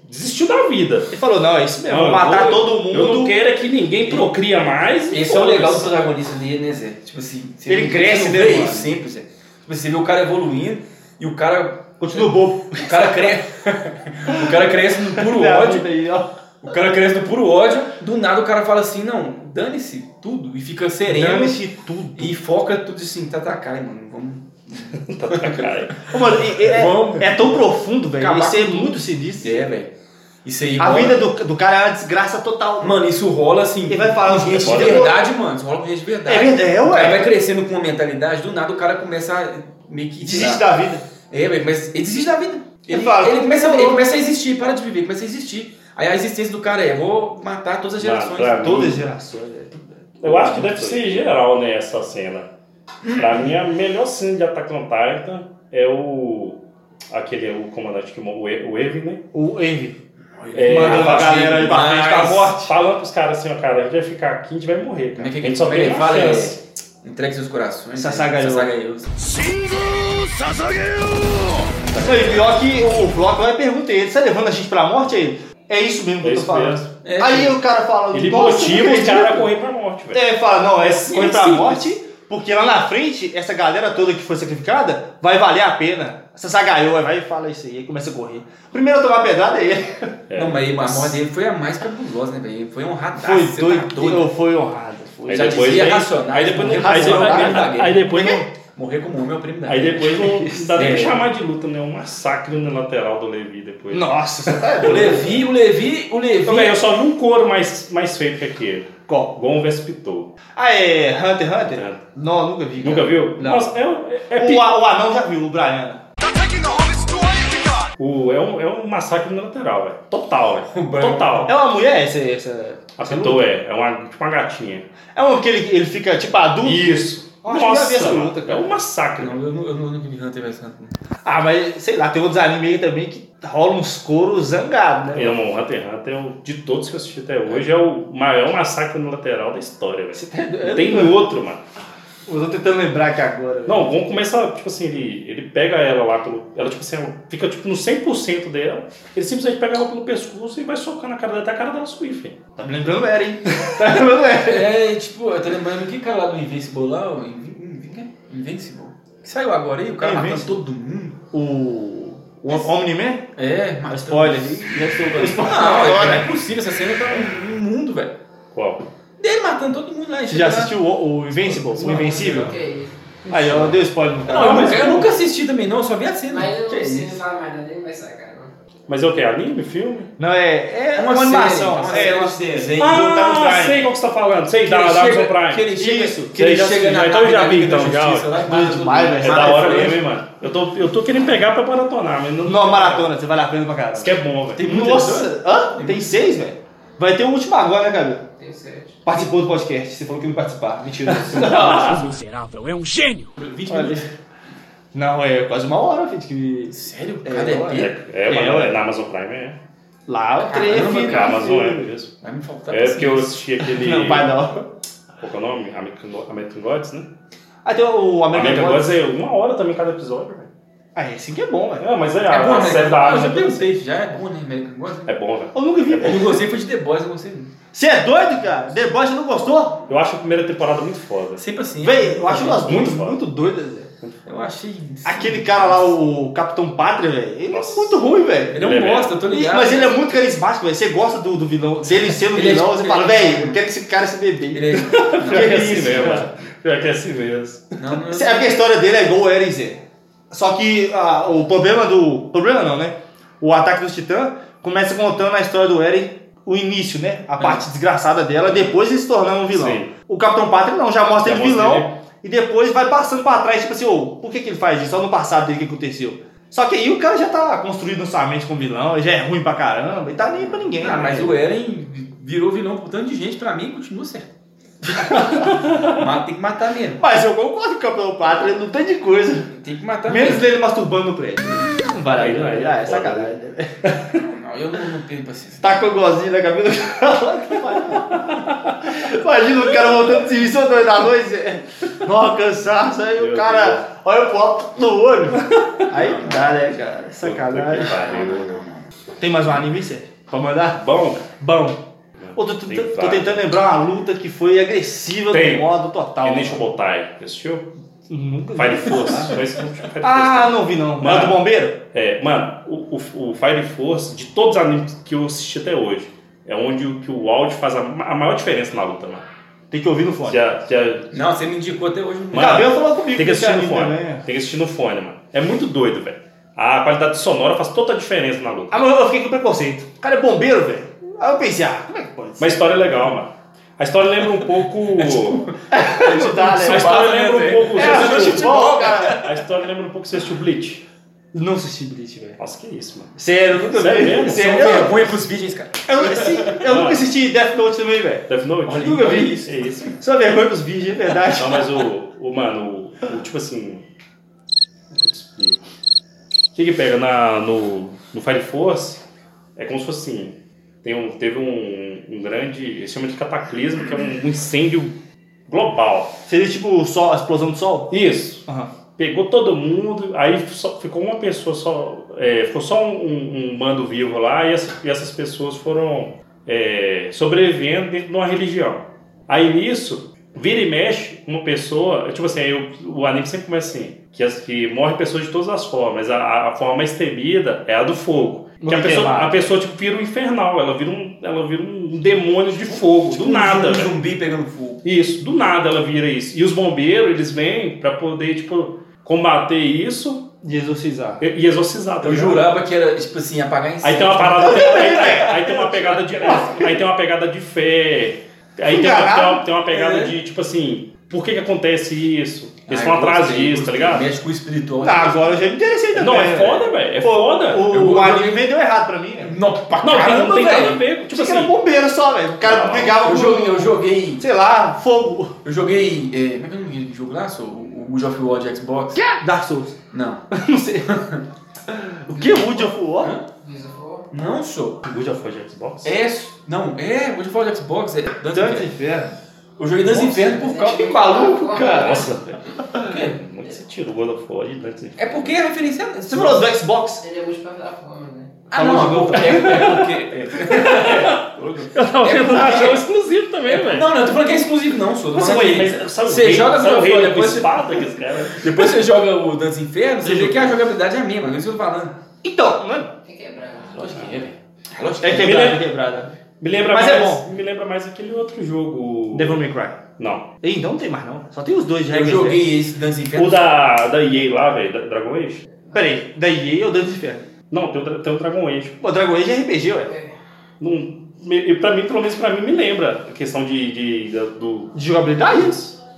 Speaker 4: Desistiu da vida.
Speaker 2: ele falou, não, é isso mesmo.
Speaker 4: Não,
Speaker 2: vou matar
Speaker 4: eu-
Speaker 2: todo
Speaker 4: Eu não
Speaker 2: mundo.
Speaker 4: quero é que ninguém procria mais. e
Speaker 1: Esse é o legal do
Speaker 4: foda-se.
Speaker 1: protagonista dele, né, Zé? Tipo assim, você
Speaker 2: Ele
Speaker 1: não-
Speaker 2: cresce,
Speaker 1: você não
Speaker 2: né,
Speaker 1: vê
Speaker 2: mano?
Speaker 1: isso sempre, Zé. Tipo, você vê o cara evoluindo e o cara.
Speaker 2: Continua bobo.
Speaker 1: O cara cresce. (laughs) o cara cresce no
Speaker 2: (laughs)
Speaker 1: puro ódio.
Speaker 2: ódio.
Speaker 1: O cara cresce no puro ódio. Do nada o cara fala assim, não, dane-se tudo. E fica sereno.
Speaker 2: Dane-se tudo.
Speaker 1: E foca tudo assim, tá, tá, cai, mano. Vamos.
Speaker 2: (laughs) Tá
Speaker 4: Cara,
Speaker 2: Ô, Mano, e- e- é,
Speaker 1: Vamos.
Speaker 2: é tão profundo, velho.
Speaker 1: Acabar
Speaker 2: Isso é
Speaker 1: com tudo.
Speaker 2: muito sinistro.
Speaker 1: É, velho. Isso aí.
Speaker 2: A
Speaker 1: rola-
Speaker 2: vida do, do cara é uma desgraça total.
Speaker 1: Mano, isso rola assim.
Speaker 2: Ele vai falar
Speaker 1: com
Speaker 2: uns
Speaker 1: gente de
Speaker 2: negócios de-
Speaker 1: verdade, mano. Isso rola com gente de verdade.
Speaker 2: É verdade, é,
Speaker 1: O cara
Speaker 2: ué.
Speaker 1: vai crescendo com uma mentalidade, do nada o cara começa a meio que.
Speaker 2: Desiste da vida.
Speaker 1: É, velho, mas ele desiste da vida. Ele,
Speaker 2: Ele fala,
Speaker 1: ele,
Speaker 2: tudo
Speaker 1: começa,
Speaker 2: acabou.
Speaker 1: ele começa a existir, para de viver, começa a existir. Aí a existência do cara é, vou matar todas as gerações.
Speaker 4: pra mim,
Speaker 2: Todas as gerações, velho.
Speaker 4: Eu acho que deve ser geral, né, essa cena. Pra mim, a melhor cena de Attack on Titan é o... Aquele, o comandante que... mo- O E- o Evan, né?
Speaker 2: O Envy.
Speaker 4: É,
Speaker 2: Mandando a
Speaker 1: eu achei
Speaker 2: galera aí pra frente pra
Speaker 1: demais.
Speaker 2: morte.
Speaker 4: Falando pros caras assim, ó, cara, a gente vai ficar aqui, a gente vai morrer, cara.
Speaker 1: Como é que
Speaker 4: a gente só
Speaker 1: como é que
Speaker 4: tem
Speaker 1: ele
Speaker 4: uma
Speaker 1: fala? É,
Speaker 4: chance.
Speaker 1: entregue seus corações.
Speaker 2: Sasagayo.
Speaker 1: Sasagayo.
Speaker 2: Não, e pior que o Flock vai perguntar ele, você tá levando a gente pra morte aí? É isso mesmo que
Speaker 4: É
Speaker 2: eu tô
Speaker 4: isso
Speaker 2: falando.
Speaker 4: mesmo.
Speaker 1: É,
Speaker 2: aí o cara fala,
Speaker 4: Ele
Speaker 2: "Nossa,
Speaker 4: motiva
Speaker 2: não
Speaker 4: os caras a
Speaker 2: acredito."
Speaker 4: correr pra morte, velho.
Speaker 2: É, fala, não, é correr pra
Speaker 1: simples.
Speaker 2: morte, porque lá na frente, essa galera toda que foi sacrificada vai valer a pena. Essa sagaiou, aí vai e fala isso aí, aí começa a correr. Primeiro a tomar pedrada é ele.
Speaker 1: Não, mas a morte dele foi a mais cabulosa, né, velho? Foi honradaço.
Speaker 2: Foi
Speaker 1: você
Speaker 2: doido,
Speaker 1: Tá doido.
Speaker 2: eu fui honrado. Foi.
Speaker 4: Aí
Speaker 1: Já
Speaker 4: depois
Speaker 1: dizia
Speaker 4: vem-
Speaker 1: racionais,
Speaker 4: aí depois
Speaker 1: porque
Speaker 2: Tá
Speaker 4: não- aí
Speaker 1: racional
Speaker 4: depois-
Speaker 1: não dá pra
Speaker 4: aí depois não-
Speaker 1: Morrer como homem é o prêmio da
Speaker 4: Aí
Speaker 1: vida.
Speaker 4: depois não dá nem pra
Speaker 1: É.
Speaker 4: chamar de luta, né? Um massacre na lateral do Levi depois.
Speaker 2: Nossa, você tá
Speaker 1: O Levi, o Levi, o Levi.
Speaker 4: Então, velho, eu só vi um couro mais, mais feio que aquele.
Speaker 2: Qual?
Speaker 4: Gon vs Pitou.
Speaker 2: Ah, é Hunter x Hunter?
Speaker 4: Hunter.
Speaker 2: Não, nunca vi. cara.
Speaker 4: Nunca viu?
Speaker 2: Não.
Speaker 4: Nossa, é, um- é, é
Speaker 2: o,
Speaker 4: pi-
Speaker 2: a- o anão já viu, o Brian.
Speaker 4: o- é um, é um massacre na lateral, velho. Total,
Speaker 1: (laughs)
Speaker 4: velho.
Speaker 1: Bem.
Speaker 4: Total.
Speaker 2: É uma mulher essa? essa
Speaker 4: A Pitou é, é uma, tipo uma gatinha.
Speaker 2: É um que ele, ele fica tipo adulto?
Speaker 4: Isso.
Speaker 2: Eu acho que eu já vi essa
Speaker 4: mano,
Speaker 2: luta, cara.
Speaker 4: é um massacre.
Speaker 1: Não, eu não- eu não nunca vi Hunter vs Hunter. não.
Speaker 2: Ah, mas sei lá, tem outros animes aí também que rola uns coros zangados, né?
Speaker 4: É um Hunter x Hunter, é o- de todos que eu assisti até hoje, é o maior massacre no lateral da história,
Speaker 1: tá
Speaker 4: velho. Não tem outro, mano.
Speaker 2: Eu tô tentando lembrar aqui agora. velho.
Speaker 4: Não, o Gon começa, tipo assim, ele, ele pega ela lá pelo. Ela, tipo assim, ela fica tipo no 100% dela, ele simplesmente pega ela pelo pescoço e vai socando a cara dela até a cara dela suífe.
Speaker 2: Tá me lembrando era, hein? (laughs) tá me lembrando era.
Speaker 1: É, tipo, eu tô lembrando que cara lá do Invincible lá, o Invin- Invin- Invincible. Que saiu agora aí, o cara matando
Speaker 2: É Invincible.
Speaker 1: todo mundo.
Speaker 2: O. O Omni-Man?
Speaker 1: É, matando.
Speaker 2: Spoiler.
Speaker 1: Já estou Spoiler. Não, agora. é possível, essa cena tá no no mundo, velho.
Speaker 4: Qual?
Speaker 1: Dele matando todo mundo lá.
Speaker 2: Você já assistiu o, o Invincible? O Invencível?
Speaker 3: Que isso.
Speaker 2: Aí, ó, deu spoiler
Speaker 1: Não,
Speaker 2: no
Speaker 1: tá eu,
Speaker 2: cara.
Speaker 1: nunca, eu nunca assisti também, não, eu só vi a cena.
Speaker 3: Mas eu não
Speaker 1: Que
Speaker 3: preciso
Speaker 1: isso?
Speaker 3: falar mais nada, nem vai sacar, não.
Speaker 4: Mas é o que? Anime? Filme?
Speaker 2: Não, é. É uma,
Speaker 1: série,
Speaker 2: animação.
Speaker 1: uma
Speaker 2: é,
Speaker 1: série
Speaker 2: uma
Speaker 1: de
Speaker 2: série.
Speaker 1: desenho.
Speaker 2: Ah, tá no Prime.
Speaker 4: sei qual que você tá falando. Sei,
Speaker 1: Que
Speaker 4: da
Speaker 1: ele
Speaker 4: da Amazon
Speaker 1: chega- Que
Speaker 4: Prime.
Speaker 1: ele chega,
Speaker 2: Isso,
Speaker 1: que ele
Speaker 4: já
Speaker 1: chega
Speaker 4: assisti,
Speaker 1: na
Speaker 4: já. Então eu já
Speaker 1: nave da
Speaker 4: vi,
Speaker 1: Liga da
Speaker 4: então, já,
Speaker 1: Justiça
Speaker 4: ó.
Speaker 1: lá e mata
Speaker 2: Doido
Speaker 1: todo
Speaker 2: demais,
Speaker 1: mundo.
Speaker 2: velho.
Speaker 4: É da hora
Speaker 2: Maravilhoso.
Speaker 4: mesmo, hein, mano. Eu tô, eu tô querendo pegar pra maratonar, mas não.
Speaker 2: Não, a maratona, você vale a pena pra caralho.
Speaker 4: Isso que é bom, velho.
Speaker 1: Tem muito
Speaker 2: Nossa! Hã? Tem seis, velho? Vai ter o último agora, né, cabelo?
Speaker 3: Tenho certeza.
Speaker 2: Participou do podcast. Você falou que não ia participar.
Speaker 6: (laughs)
Speaker 2: Mentira.
Speaker 6: Miserável, é um gênio!
Speaker 1: 20
Speaker 2: Olha.
Speaker 1: minutos.
Speaker 2: Não, é quase uma hora, filho, que...
Speaker 1: Sério?
Speaker 2: É,
Speaker 1: Cada
Speaker 2: não é.
Speaker 1: EP?
Speaker 4: É, é, mano, é na Amazon Prime, é.
Speaker 2: Lá o trem
Speaker 1: Caramba,
Speaker 2: fica...
Speaker 4: Na Amazon é mesmo.
Speaker 1: Vai me faltar.
Speaker 4: É porque eu assisti aquele.
Speaker 2: Não, vai não.
Speaker 4: Qual que é o nome? American, Go- American Gods, né?
Speaker 2: Ah, tem o American,
Speaker 4: American
Speaker 2: Gods.
Speaker 4: Gods é uma hora também cada episódio, velho.
Speaker 2: Ah, esse aqui é bom, velho.
Speaker 4: É, mas é,
Speaker 1: É
Speaker 4: a,
Speaker 1: bom,
Speaker 4: a
Speaker 1: né?
Speaker 4: série da
Speaker 1: Eu já
Speaker 4: Amazon.
Speaker 1: perguntei, já é bom, né, América? Gosta, né?
Speaker 4: É bom, velho.
Speaker 2: Eu nunca vi.
Speaker 1: Eu não gostei, foi de The Boys, eu gostei muito.
Speaker 2: Você é doido, cara? The Boys, você não gostou?
Speaker 4: Eu acho a primeira temporada muito foda.
Speaker 1: Sempre assim.
Speaker 2: Véi, eu acho umas
Speaker 4: Muito
Speaker 2: muito,
Speaker 4: foda.
Speaker 2: muito doidas, velho.
Speaker 1: Eu achei.
Speaker 2: Aquele cara lá, o Capitão Pátria, velho, ele
Speaker 4: Nossa.
Speaker 2: é muito ruim, velho.
Speaker 1: Ele é um
Speaker 4: Ele é
Speaker 1: bosta, eu tô
Speaker 2: E-
Speaker 1: ligado.
Speaker 2: Mas ele é muito carismático, velho. Você gosta do, do vilão. Se ele sendo
Speaker 1: Ele é
Speaker 2: vilão,
Speaker 1: tipo-
Speaker 2: você fala,
Speaker 1: ele é-
Speaker 2: velho, eu quero que esse cara se bebê.
Speaker 1: Ele é-
Speaker 4: Pior que é
Speaker 2: isso,
Speaker 4: assim
Speaker 2: cara.
Speaker 4: mesmo. Pior que é assim mesmo.
Speaker 1: Não, não.
Speaker 2: É porque a história dele é igual o Eren Z. Só que ah, o problema do. Problema não, né? O ataque dos titãs começa contando a história do Eren, o início, né? A parte desgraçada dela, depois ele se tornando um vilão.
Speaker 4: É. Sim.
Speaker 2: O Capitão Pátria não, já mostra
Speaker 4: Já
Speaker 2: ele
Speaker 4: mostra
Speaker 2: vilão.
Speaker 4: ele-
Speaker 2: e depois vai passando pra trás, tipo assim, ô, por que, que ele faz isso? Olha no passado dele o que aconteceu. Só que aí o cara já tá construído na sua mente como vilão, já é ruim pra caramba, e tá nem pra ninguém.
Speaker 1: Ah,
Speaker 2: né?
Speaker 1: mas o Eren virou vilão por tanto de gente, pra mim continua certo. (laughs) Mas tem que matar mesmo.
Speaker 2: Mas eu concordo com o Capitão Pátria, não tem de coisa.
Speaker 1: Tem que matar
Speaker 2: Menos
Speaker 1: mesmo.
Speaker 2: dele masturbando no prédio. Não vale,
Speaker 4: Aí não é,
Speaker 2: não. Ah, é
Speaker 4: foda.
Speaker 2: sacanagem.
Speaker 1: Não, eu não, não tenho paciência.
Speaker 2: Tá com o gozinho na cabeça do cara. Imagina o cara voltando de serviço às dois da noite. é, Nó, cansaço. Aí o
Speaker 4: Meu
Speaker 2: cara
Speaker 4: Deus.
Speaker 2: olha pro alto no olho. Aí que dá, né, cara?
Speaker 4: Puta
Speaker 2: Sacanagem.
Speaker 4: que pariu.
Speaker 2: Tem mais um anime, Cê? Pra mandar?
Speaker 4: Bom,
Speaker 2: Bom. Ô, tô, tô-
Speaker 4: Tem
Speaker 2: tô
Speaker 4: vários.
Speaker 2: tentando lembrar uma luta que foi agressiva
Speaker 4: Tem.
Speaker 2: do modo total.
Speaker 4: Enem Shobotai, assistiu?
Speaker 2: Nunca vi.
Speaker 4: Fire Force. Mas não tinha Fire
Speaker 2: Ah, não vi não. Mano do
Speaker 4: Mano.
Speaker 2: bombeiro?
Speaker 4: É, mano, o, o, o Fire Force, de todos os animes que eu assisti até hoje, é onde o, que o áudio faz a, ma- a maior diferença na luta, mano.
Speaker 2: Tem que ouvir no fone.
Speaker 4: Já, já,
Speaker 1: Não, você me indicou até hoje.
Speaker 2: O
Speaker 4: Mano,
Speaker 2: Gabriel falou comigo.
Speaker 4: tem que
Speaker 2: desse
Speaker 4: assistir no
Speaker 2: anime
Speaker 4: fone.
Speaker 2: também. é.
Speaker 4: Tem que assistir no fone, mano. É muito doido, velho. A qualidade sonora faz toda a diferença na luta.
Speaker 2: Ah, mas eu fiquei com preconceito. O cara é bombeiro, velho. Aí eu pensei, ah, como é que pode ser?
Speaker 4: Uma história legal, mano. A história lembra um
Speaker 2: (laughs)
Speaker 4: pouco.
Speaker 2: É tipo Não dá,
Speaker 4: a história
Speaker 1: né,
Speaker 4: lembra um
Speaker 1: velho?
Speaker 4: pouco.
Speaker 2: É,
Speaker 4: você assistiu-
Speaker 2: futebol, cara.
Speaker 4: a história lembra um pouco você assistiu Bleach.
Speaker 2: Não assisti Bleach, velho.
Speaker 4: Nossa, que isso, mano.
Speaker 2: Sério, eu nunca
Speaker 4: Sério
Speaker 2: vi.
Speaker 4: mesmo?
Speaker 1: Você é uma
Speaker 2: Sério, eu,
Speaker 1: vergonha pros virgens, cara.
Speaker 2: eu, assim, eu nunca assisti Death Note também, velho.
Speaker 4: Death Note?
Speaker 2: Olha, nunca vi
Speaker 4: É
Speaker 2: isso.
Speaker 4: É isso.
Speaker 2: Só vergonha pros vídeos, é verdade.
Speaker 4: Não, mas o, o mano, o, o tipo assim. como que eu te explico? O que que pega na, no, no Fire Force é como se fosse assim. Tem um, teve um, um grande. Eles chamam de cataclismo, que é um, um incêndio global.
Speaker 2: Seria tipo o sol, a explosão do sol?
Speaker 4: Isso.
Speaker 2: Aham.
Speaker 4: Pegou todo mundo, aí só, ficou uma pessoa só. é, ficou só um, um, um bando vivo lá e, essa- e essas pessoas foram é, sobrevivendo dentro de uma religião. Aí nisso, vira e mexe, uma pessoa. Tipo assim, aí o- o anime sempre começa assim: que, as- que morre pessoas de todas as formas. A, a forma mais temida é a do fogo. Que a
Speaker 2: Muito
Speaker 4: pessoa,
Speaker 2: elevado.
Speaker 4: a pessoa tipo, vira um infernal, ela vira um, ela vira um demônio de fogo,
Speaker 2: Tipo
Speaker 4: do nada.
Speaker 1: Um
Speaker 4: velho.
Speaker 1: zumbi pegando fogo.
Speaker 4: Isso, do nada ela vira isso. E os bombeiros, eles vêm pra poder, tipo, combater isso
Speaker 2: De exorcizar.
Speaker 4: e e exorcizar. tá
Speaker 1: Eu
Speaker 4: ligado?
Speaker 1: jurava que era, tipo assim, apagar incêndio.
Speaker 4: Aí tem uma parada. aí, aí- aí tem uma pegada de. Aí tem uma pegada de fé. Aí tem uma, tem uma, tem uma pegada de, tipo assim, por que que acontece isso? Eles
Speaker 1: Ai,
Speaker 4: estão atrás
Speaker 1: Ah, gostei,
Speaker 4: disso, tá
Speaker 1: gostei.
Speaker 4: ligado? Tá.
Speaker 1: Mexe com o espiritual.
Speaker 2: Ah, agora eu já me interessei também.
Speaker 4: Não, é foda,
Speaker 2: velho.
Speaker 4: velho. É
Speaker 2: Pô,
Speaker 4: foda.
Speaker 2: O,
Speaker 1: Eu-
Speaker 2: o anime vendeu errado pra mim, velho.
Speaker 1: Não, pra
Speaker 4: Não, tem-
Speaker 1: caramba,
Speaker 4: não tem nada a
Speaker 1: velho.
Speaker 4: ver. Tipo
Speaker 2: Achei que era
Speaker 4: assim,
Speaker 2: bombeiro só, velho. O cara
Speaker 4: Não,
Speaker 2: brigava
Speaker 1: Eu
Speaker 2: com,
Speaker 1: joguei, eu joguei,
Speaker 2: sei lá, fogo.
Speaker 1: eu joguei, é, como é que é o nome do jogo lá, sou? O God of War de Xbox?
Speaker 2: Dark Souls.
Speaker 1: Não.
Speaker 2: Não sei. O que? Wood of War?
Speaker 3: Bisavô.
Speaker 1: Não, sou.
Speaker 4: Good of War de Xbox?
Speaker 1: É, não, é, God of War de Xbox, é Dantes
Speaker 2: Tanto
Speaker 1: Inferno.
Speaker 2: inferno.
Speaker 1: Eu joguei Dantes Inferno por causa...
Speaker 2: Que maluco, cara.
Speaker 3: é tipo, né?
Speaker 4: Nossa, velho. Onde você tirou o God of War de Dantes Inferno? (laughs)
Speaker 1: É porque é referência...
Speaker 2: Você falou do Xbox?
Speaker 3: Ele é muito pra virar fome, né?
Speaker 1: Ah,
Speaker 2: Falou
Speaker 1: não,
Speaker 2: de novo.
Speaker 1: é,
Speaker 2: (laughs)
Speaker 1: é porque...
Speaker 4: Eu tava
Speaker 1: É
Speaker 4: vendo
Speaker 1: porque-
Speaker 4: achar o exclusivo também,
Speaker 1: É,
Speaker 4: velho.
Speaker 1: não, não, eu tô falando que é exclusivo, não, sou. Tô
Speaker 4: Mas,
Speaker 1: falando
Speaker 4: ué,
Speaker 1: que-
Speaker 4: mas sabe o
Speaker 1: Você
Speaker 4: rei-
Speaker 1: joga
Speaker 4: sabe
Speaker 1: God
Speaker 4: o
Speaker 1: of
Speaker 4: rei
Speaker 1: War,
Speaker 4: né, com
Speaker 1: depois você...
Speaker 4: espada que os caras.
Speaker 1: Depois você joga o Dantes Inferno, você vê que a jogabilidade é a mesma, não é isso que eu tô falando.
Speaker 2: Então, mano.
Speaker 3: Tem quebrado.
Speaker 1: Lógico que é, velho. Lógico
Speaker 2: É
Speaker 4: quebrada,
Speaker 2: quebrada, é quebrada.
Speaker 4: Me lembra
Speaker 2: Mas
Speaker 4: mais,
Speaker 2: é bom.
Speaker 4: Me lembra mais aquele outro jogo.
Speaker 2: Devil May Cry.
Speaker 4: Não.
Speaker 2: Ei, então não tem mais não. Só tem os dois de né?
Speaker 1: Eu
Speaker 2: Resident
Speaker 1: joguei esse Dantes Inferno.
Speaker 4: O da, da EA lá, velho, da- Dragon Age?
Speaker 2: Evil. Pera aí, da EA ou Dantes Inferno?
Speaker 4: Não, tem o, Dra- tem o Dragon Age.
Speaker 2: Pô, Dragon Age é RPG, ué.
Speaker 4: Não, me- e pra mim, pelo menos pra mim, me lembra a questão de. de, da- do.
Speaker 2: De jogabilidade?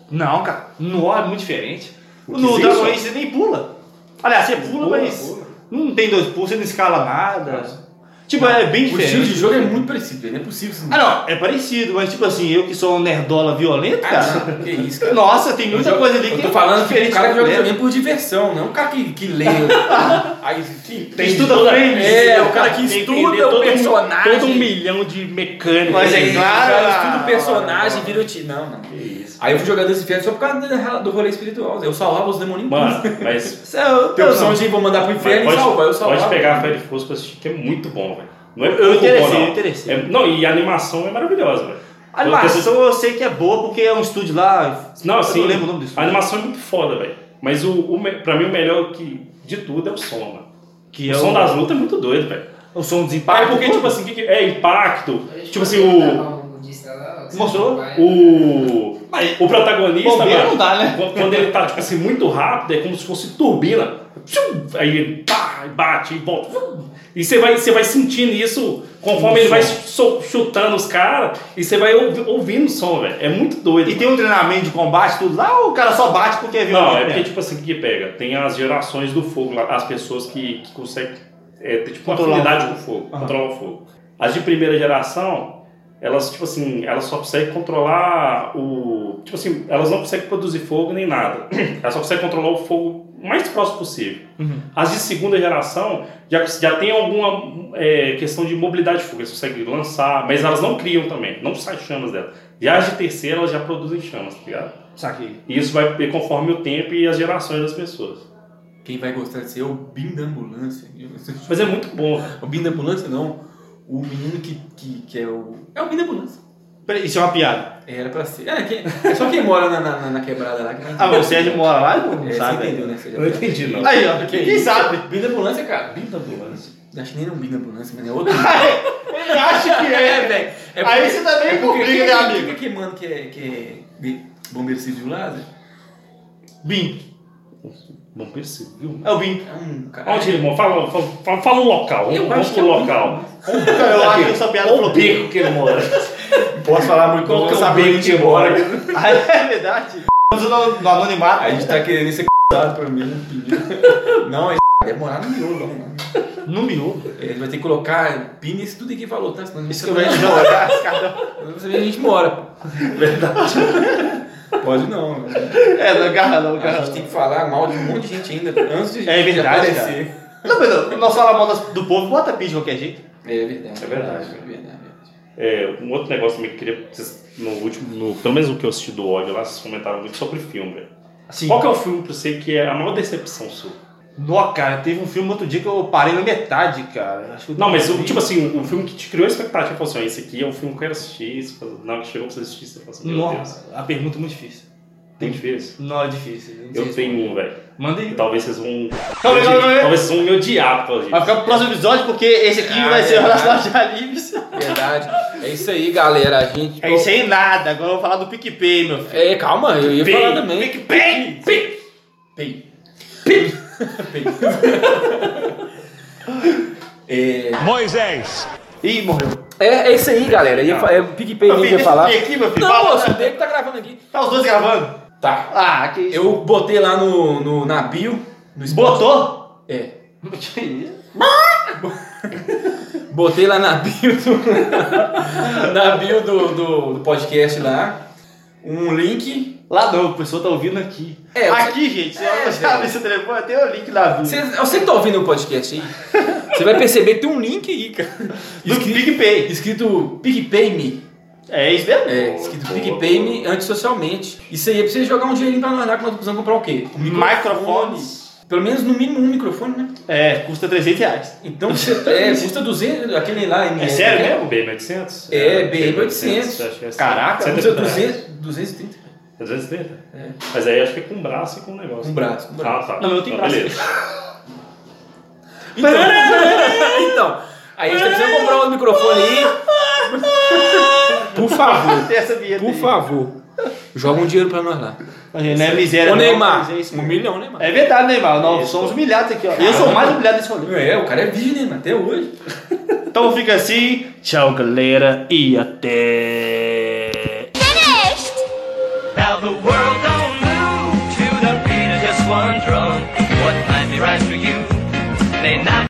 Speaker 2: Não, cara. No é muito diferente.
Speaker 4: O
Speaker 1: é
Speaker 4: que
Speaker 2: no
Speaker 4: existe,
Speaker 2: Dragon
Speaker 4: ó.
Speaker 2: Age você nem pula. Aliás, você pula,
Speaker 4: Pula,
Speaker 2: mas
Speaker 4: pula.
Speaker 2: não tem dois pulos, você não escala nada. Tipo, é bem
Speaker 1: O estilo de
Speaker 2: diferente.
Speaker 1: jogo é muito parecido, velho. Não é possível que você
Speaker 2: Ah, não, é parecido, mas tipo assim, eu que sou um nerdola violento,
Speaker 1: Ah,
Speaker 2: cara.
Speaker 1: não, que isso, cara.
Speaker 2: Nossa, tem muita
Speaker 1: Eu-
Speaker 2: coisa ali
Speaker 1: Eu
Speaker 2: que é
Speaker 1: tô falando que o
Speaker 2: diferente
Speaker 1: cara que joga
Speaker 2: completo.
Speaker 1: videogame por diversão, não o cara que, que
Speaker 2: (laughs)
Speaker 1: lê. aí, que
Speaker 2: Tem estuda frames.
Speaker 1: É, o cara que
Speaker 4: Tem que
Speaker 1: estuda
Speaker 4: entender
Speaker 1: o
Speaker 4: todo um-
Speaker 1: personagem.
Speaker 4: Todo um milhão de mecânicas.
Speaker 2: Mas é
Speaker 1: Ele-
Speaker 2: claro,
Speaker 1: o cara
Speaker 2: ah,
Speaker 1: Estuda o
Speaker 2: ah,
Speaker 1: personagem, vira o ti. Não, não.
Speaker 4: Que isso.
Speaker 1: Aí eu fui jogar Dance Inferno só por causa da- do rolê espiritual. Eu salvava os demônios.
Speaker 4: Mano,
Speaker 1: (laughs)
Speaker 4: mas.
Speaker 2: Isso é- eu-
Speaker 1: Tem
Speaker 2: eu
Speaker 1: opção
Speaker 2: não.
Speaker 1: de vou mandar pro
Speaker 4: mas
Speaker 1: inferno e salvar. Eu
Speaker 4: pode,
Speaker 1: salvava.
Speaker 4: pode pegar a Fire Force pra assistir, que é muito bom, velho. Não é
Speaker 2: Eu
Speaker 4: pouco
Speaker 2: interessei,
Speaker 4: bom, não.
Speaker 2: eu interessei.
Speaker 4: É- não, e a animação é maravilhosa, velho.
Speaker 2: A animação eu sei que é boa porque é um estúdio lá.
Speaker 4: Não, assim,
Speaker 2: eu não lembro o nome disso.
Speaker 4: a animação é muito foda, velho. Mas o, o, me- pra mim o melhor que, de tudo é o som, mano.
Speaker 2: Que
Speaker 4: o
Speaker 2: é Ah,
Speaker 4: som das lutas é muito doido, velho.
Speaker 2: O som dos
Speaker 4: É
Speaker 2: impactos.
Speaker 4: porque, tipo assim, que que- é impacto.
Speaker 3: Hoje
Speaker 4: Tipo assim,
Speaker 3: eu
Speaker 4: o.
Speaker 3: tava no budista lá, ó, que
Speaker 2: Mostrou?
Speaker 3: você vai-
Speaker 4: O.
Speaker 2: Mas,
Speaker 4: O protagonista,
Speaker 2: Bombeiro
Speaker 4: mano,
Speaker 2: não dá, né?
Speaker 4: qu- quando ele tá, tipo assim, muito rápido, é como se fosse turbina. Tchum! Aí ele pá, e bate e volta. Vum! E você vai, você vai sentindo isso conforme ele vai so- chutando os caras e você vai ouvi- ouvindo o som, velho. É muito doido.
Speaker 2: e
Speaker 4: mano.
Speaker 2: tem um treinamento de combate, tudo lá, ou o cara só bate porque viu
Speaker 4: Não,
Speaker 2: alguém
Speaker 4: é porque,
Speaker 2: perto?
Speaker 4: tipo assim, o que pega? Tem as gerações do fogo, lá, as pessoas que, que conseguem é, ter, tipo, uma
Speaker 2: Controlar o
Speaker 4: afinidade com o fogo,
Speaker 2: Aham.
Speaker 4: controlar o fogo. As de primeira geração, elas, tipo assim, elas só conseguem controlar o... Tipo assim, elas não conseguem produzir fogo
Speaker 2: (clears throat)
Speaker 4: nem nada. Elas só conseguem controlar o fogo o mais próximo possível.
Speaker 2: Uhum.
Speaker 4: As de segunda geração já, já tem alguma é, questão de mobilidade de fogo, elas conseguem lançar, mas elas não criam também, não saem chamas dela. Já as de terceira, elas já produzem chamas, tá ligado?
Speaker 2: Saquei.
Speaker 4: E isso vai ter conforme o tempo e as gerações das pessoas.
Speaker 1: Quem vai gostar de ser é o Bim da Ambulância.
Speaker 4: Mas é muito bom.
Speaker 1: O Bim da Ambulância não. O menino que, que, que é o. É o Bim da Ambulância.
Speaker 2: Peraí, Isso é uma piada.
Speaker 1: Era pra ser. É, quem- é só quem mora na, na, na quebrada lá. que vai-
Speaker 2: Ah, mas o Sérgio mora lá, não
Speaker 1: É, você
Speaker 2: sabe.
Speaker 1: entendeu, né? Você já-
Speaker 4: Eu não entendi, não.
Speaker 2: Aí, ó,
Speaker 1: Que
Speaker 2: quem
Speaker 1: isso?
Speaker 2: sabe?
Speaker 1: Bim da Ambulância, cara.
Speaker 4: Bim da ambulância.
Speaker 1: Não Acho que nem um Bim da Ambulância, (laughs) mas é outro.
Speaker 2: Ele acha que é, velho. Aí você
Speaker 1: tá
Speaker 2: também complica,
Speaker 1: é quem-
Speaker 2: né,
Speaker 1: quem
Speaker 2: amigo?
Speaker 1: Fica queimando que é, que é de- bombeiro civil lá, Zé?
Speaker 2: Bim.
Speaker 4: Bom, percebeu?
Speaker 2: É o Bim.
Speaker 1: É um cara.
Speaker 4: Onde ele mora? Fala, fala, fala, fala o local. Vamos,
Speaker 1: Eu
Speaker 4: vamos
Speaker 1: acho que
Speaker 4: pro
Speaker 1: é o
Speaker 4: um local.
Speaker 2: Eu acho que essa piada
Speaker 4: Qual o
Speaker 2: flopou.
Speaker 4: beco que ele mora?
Speaker 1: Posso falar muito
Speaker 4: Qual que é o
Speaker 1: saber
Speaker 4: beco que (laughs) ele mora?
Speaker 2: Ah, é verdade. Usa no, no anonimato.
Speaker 1: A gente tá querendo ser (laughs) c******ado por mim. Não, é é morar no miolo, mano.
Speaker 2: No miolo.
Speaker 1: A gente vai ter que colocar pin nisso tudo que falou, tá? Senão a gente
Speaker 2: Isso que eu vejo de jogar esse cartão.
Speaker 1: Não sei onde a gente mora. (laughs) Verdade. Pode não. né? mano.
Speaker 2: É, não garra, não
Speaker 1: A
Speaker 2: garra.
Speaker 1: gente tem que falar mal de um monte de gente ainda antes de
Speaker 2: É
Speaker 1: gente
Speaker 2: verdade,
Speaker 1: aparecer.
Speaker 2: Não, mas não, nós falamos mal das- do povo, bota pitch de qualquer jeito.
Speaker 1: É verdade. É
Speaker 4: É verdade.
Speaker 1: verdade. verdade.
Speaker 4: É, um outro negócio também que eu queria. vocês- No último, no- pelo menos o que eu assisti do ódio lá, vocês comentaram muito sobre filme, velho.
Speaker 2: Assim,
Speaker 4: Qual que é o filme pra você que é a maior decepção sua?
Speaker 2: nó, cara, teve um filme outro dia que eu parei na metade, cara. Acho que eu-
Speaker 4: Não, mas o- tipo assim, o filme que te criou a expectativa, falou assim, ó, esse aqui é um filme que eu quero assistir, isso, na hora que chegou pra você assistir, você falou assim, meu Deus,
Speaker 2: Nossa, a pergunta é muito difícil.
Speaker 4: tem difícil.
Speaker 2: Não, é difícil. não
Speaker 4: Eu
Speaker 2: sei
Speaker 4: tenho um, velho.
Speaker 2: responder. Manda
Speaker 4: E
Speaker 2: aí.
Speaker 4: Talvez vocês vão.
Speaker 2: Calma aí, calma aí, calma aí.
Speaker 4: Talvez vocês vão me odiar por causa
Speaker 2: Vai
Speaker 4: disso.
Speaker 2: ficar pro próximo episódio, porque esse aqui
Speaker 1: Ah,
Speaker 2: vai ser
Speaker 1: é.
Speaker 2: o relacionado de animes.
Speaker 1: Verdade. É isso aí, galera. A gente.
Speaker 2: É isso aí, nada. Agora eu vou falar do PicPay, meu filho.
Speaker 1: É, calma, eu ia falar também.
Speaker 2: PicPay! PicPay!
Speaker 1: Pei. Pei. É,
Speaker 6: Moisés!
Speaker 2: Ih, morreu.
Speaker 1: é, é isso aí, galera. Ia, fa- é o PicPay
Speaker 2: Meu
Speaker 1: que
Speaker 2: filho,
Speaker 1: ia falar.
Speaker 2: deixa eu ver aqui, meu filho.
Speaker 1: Não,
Speaker 2: Fala,
Speaker 1: moço, o
Speaker 2: né?
Speaker 1: Diego tá gravando aqui.
Speaker 2: Tá os dois gravando?
Speaker 1: Tá.
Speaker 2: Ah, que isso.
Speaker 1: Eu botei lá no, no, na bio, no Spotify.
Speaker 2: Botou?
Speaker 1: É.
Speaker 2: (laughs) Que isso?
Speaker 1: Botei lá na (laughs) bio do. na bio do, do, do podcast lá. Um link.
Speaker 2: Lá não, o pessoal tá ouvindo aqui.
Speaker 1: É,
Speaker 2: aqui, gente, se
Speaker 1: É,
Speaker 2: eu achar
Speaker 1: velho.
Speaker 2: esse telefone, tem o link da vida.
Speaker 1: Cê, você que tá ouvindo o podcast aí? Você vai perceber que tem um link aí, cara.
Speaker 2: Do
Speaker 1: Escri-
Speaker 2: PicPay.
Speaker 1: Escrito PicPay Me.
Speaker 2: É isso mesmo?
Speaker 1: É, escrito
Speaker 4: Boa,
Speaker 1: PicPay
Speaker 4: boa.
Speaker 1: Me antissocialmente. Isso aí é pra você jogar um dinheirinho pra nós lá, que nós precisamos comprar o quê? Um
Speaker 2: Microfones.
Speaker 1: Pelo menos no mínimo um microfone, né?
Speaker 2: É, custa 300 reais. (laughs)
Speaker 1: Então você é, custa 200, aquele lá.
Speaker 2: É
Speaker 1: né?
Speaker 2: sério
Speaker 4: um
Speaker 2: mesmo?
Speaker 4: BM800?
Speaker 1: É, BM800.
Speaker 4: BM800.
Speaker 2: Caraca,
Speaker 1: Custa
Speaker 4: 200?
Speaker 1: 200, 230.
Speaker 4: 230?
Speaker 1: É.
Speaker 4: Mas aí acho que é com braço e com negócio.
Speaker 1: Um braço. Com braço.
Speaker 4: Ah, tá.
Speaker 2: Não, eu tenho
Speaker 4: Então,
Speaker 2: braço.
Speaker 4: Beleza.
Speaker 1: Então, então, aí você precisa comprar um microfone aí.
Speaker 2: (laughs)
Speaker 1: Por favor,
Speaker 2: Tem essa vinheta
Speaker 1: por
Speaker 2: aí.
Speaker 1: favor. Joga um dinheiro pra nós lá.
Speaker 2: Não é miséria.
Speaker 1: Ô
Speaker 2: não,
Speaker 1: Neymar,
Speaker 2: mas é isso
Speaker 1: um
Speaker 2: mesmo.
Speaker 1: milhão, Neymar.
Speaker 2: É verdade, Neymar. Nós
Speaker 4: Isso.
Speaker 2: somos humilhados aqui, ó. Eu sou mais humilhado desse rolê.
Speaker 1: É, o cara é virgem, Neymar, até hoje.
Speaker 2: Então fica assim. Tchau, galera. E até.
Speaker 7: Now the world don't move to the beat of just one drum. What might be right for you may not.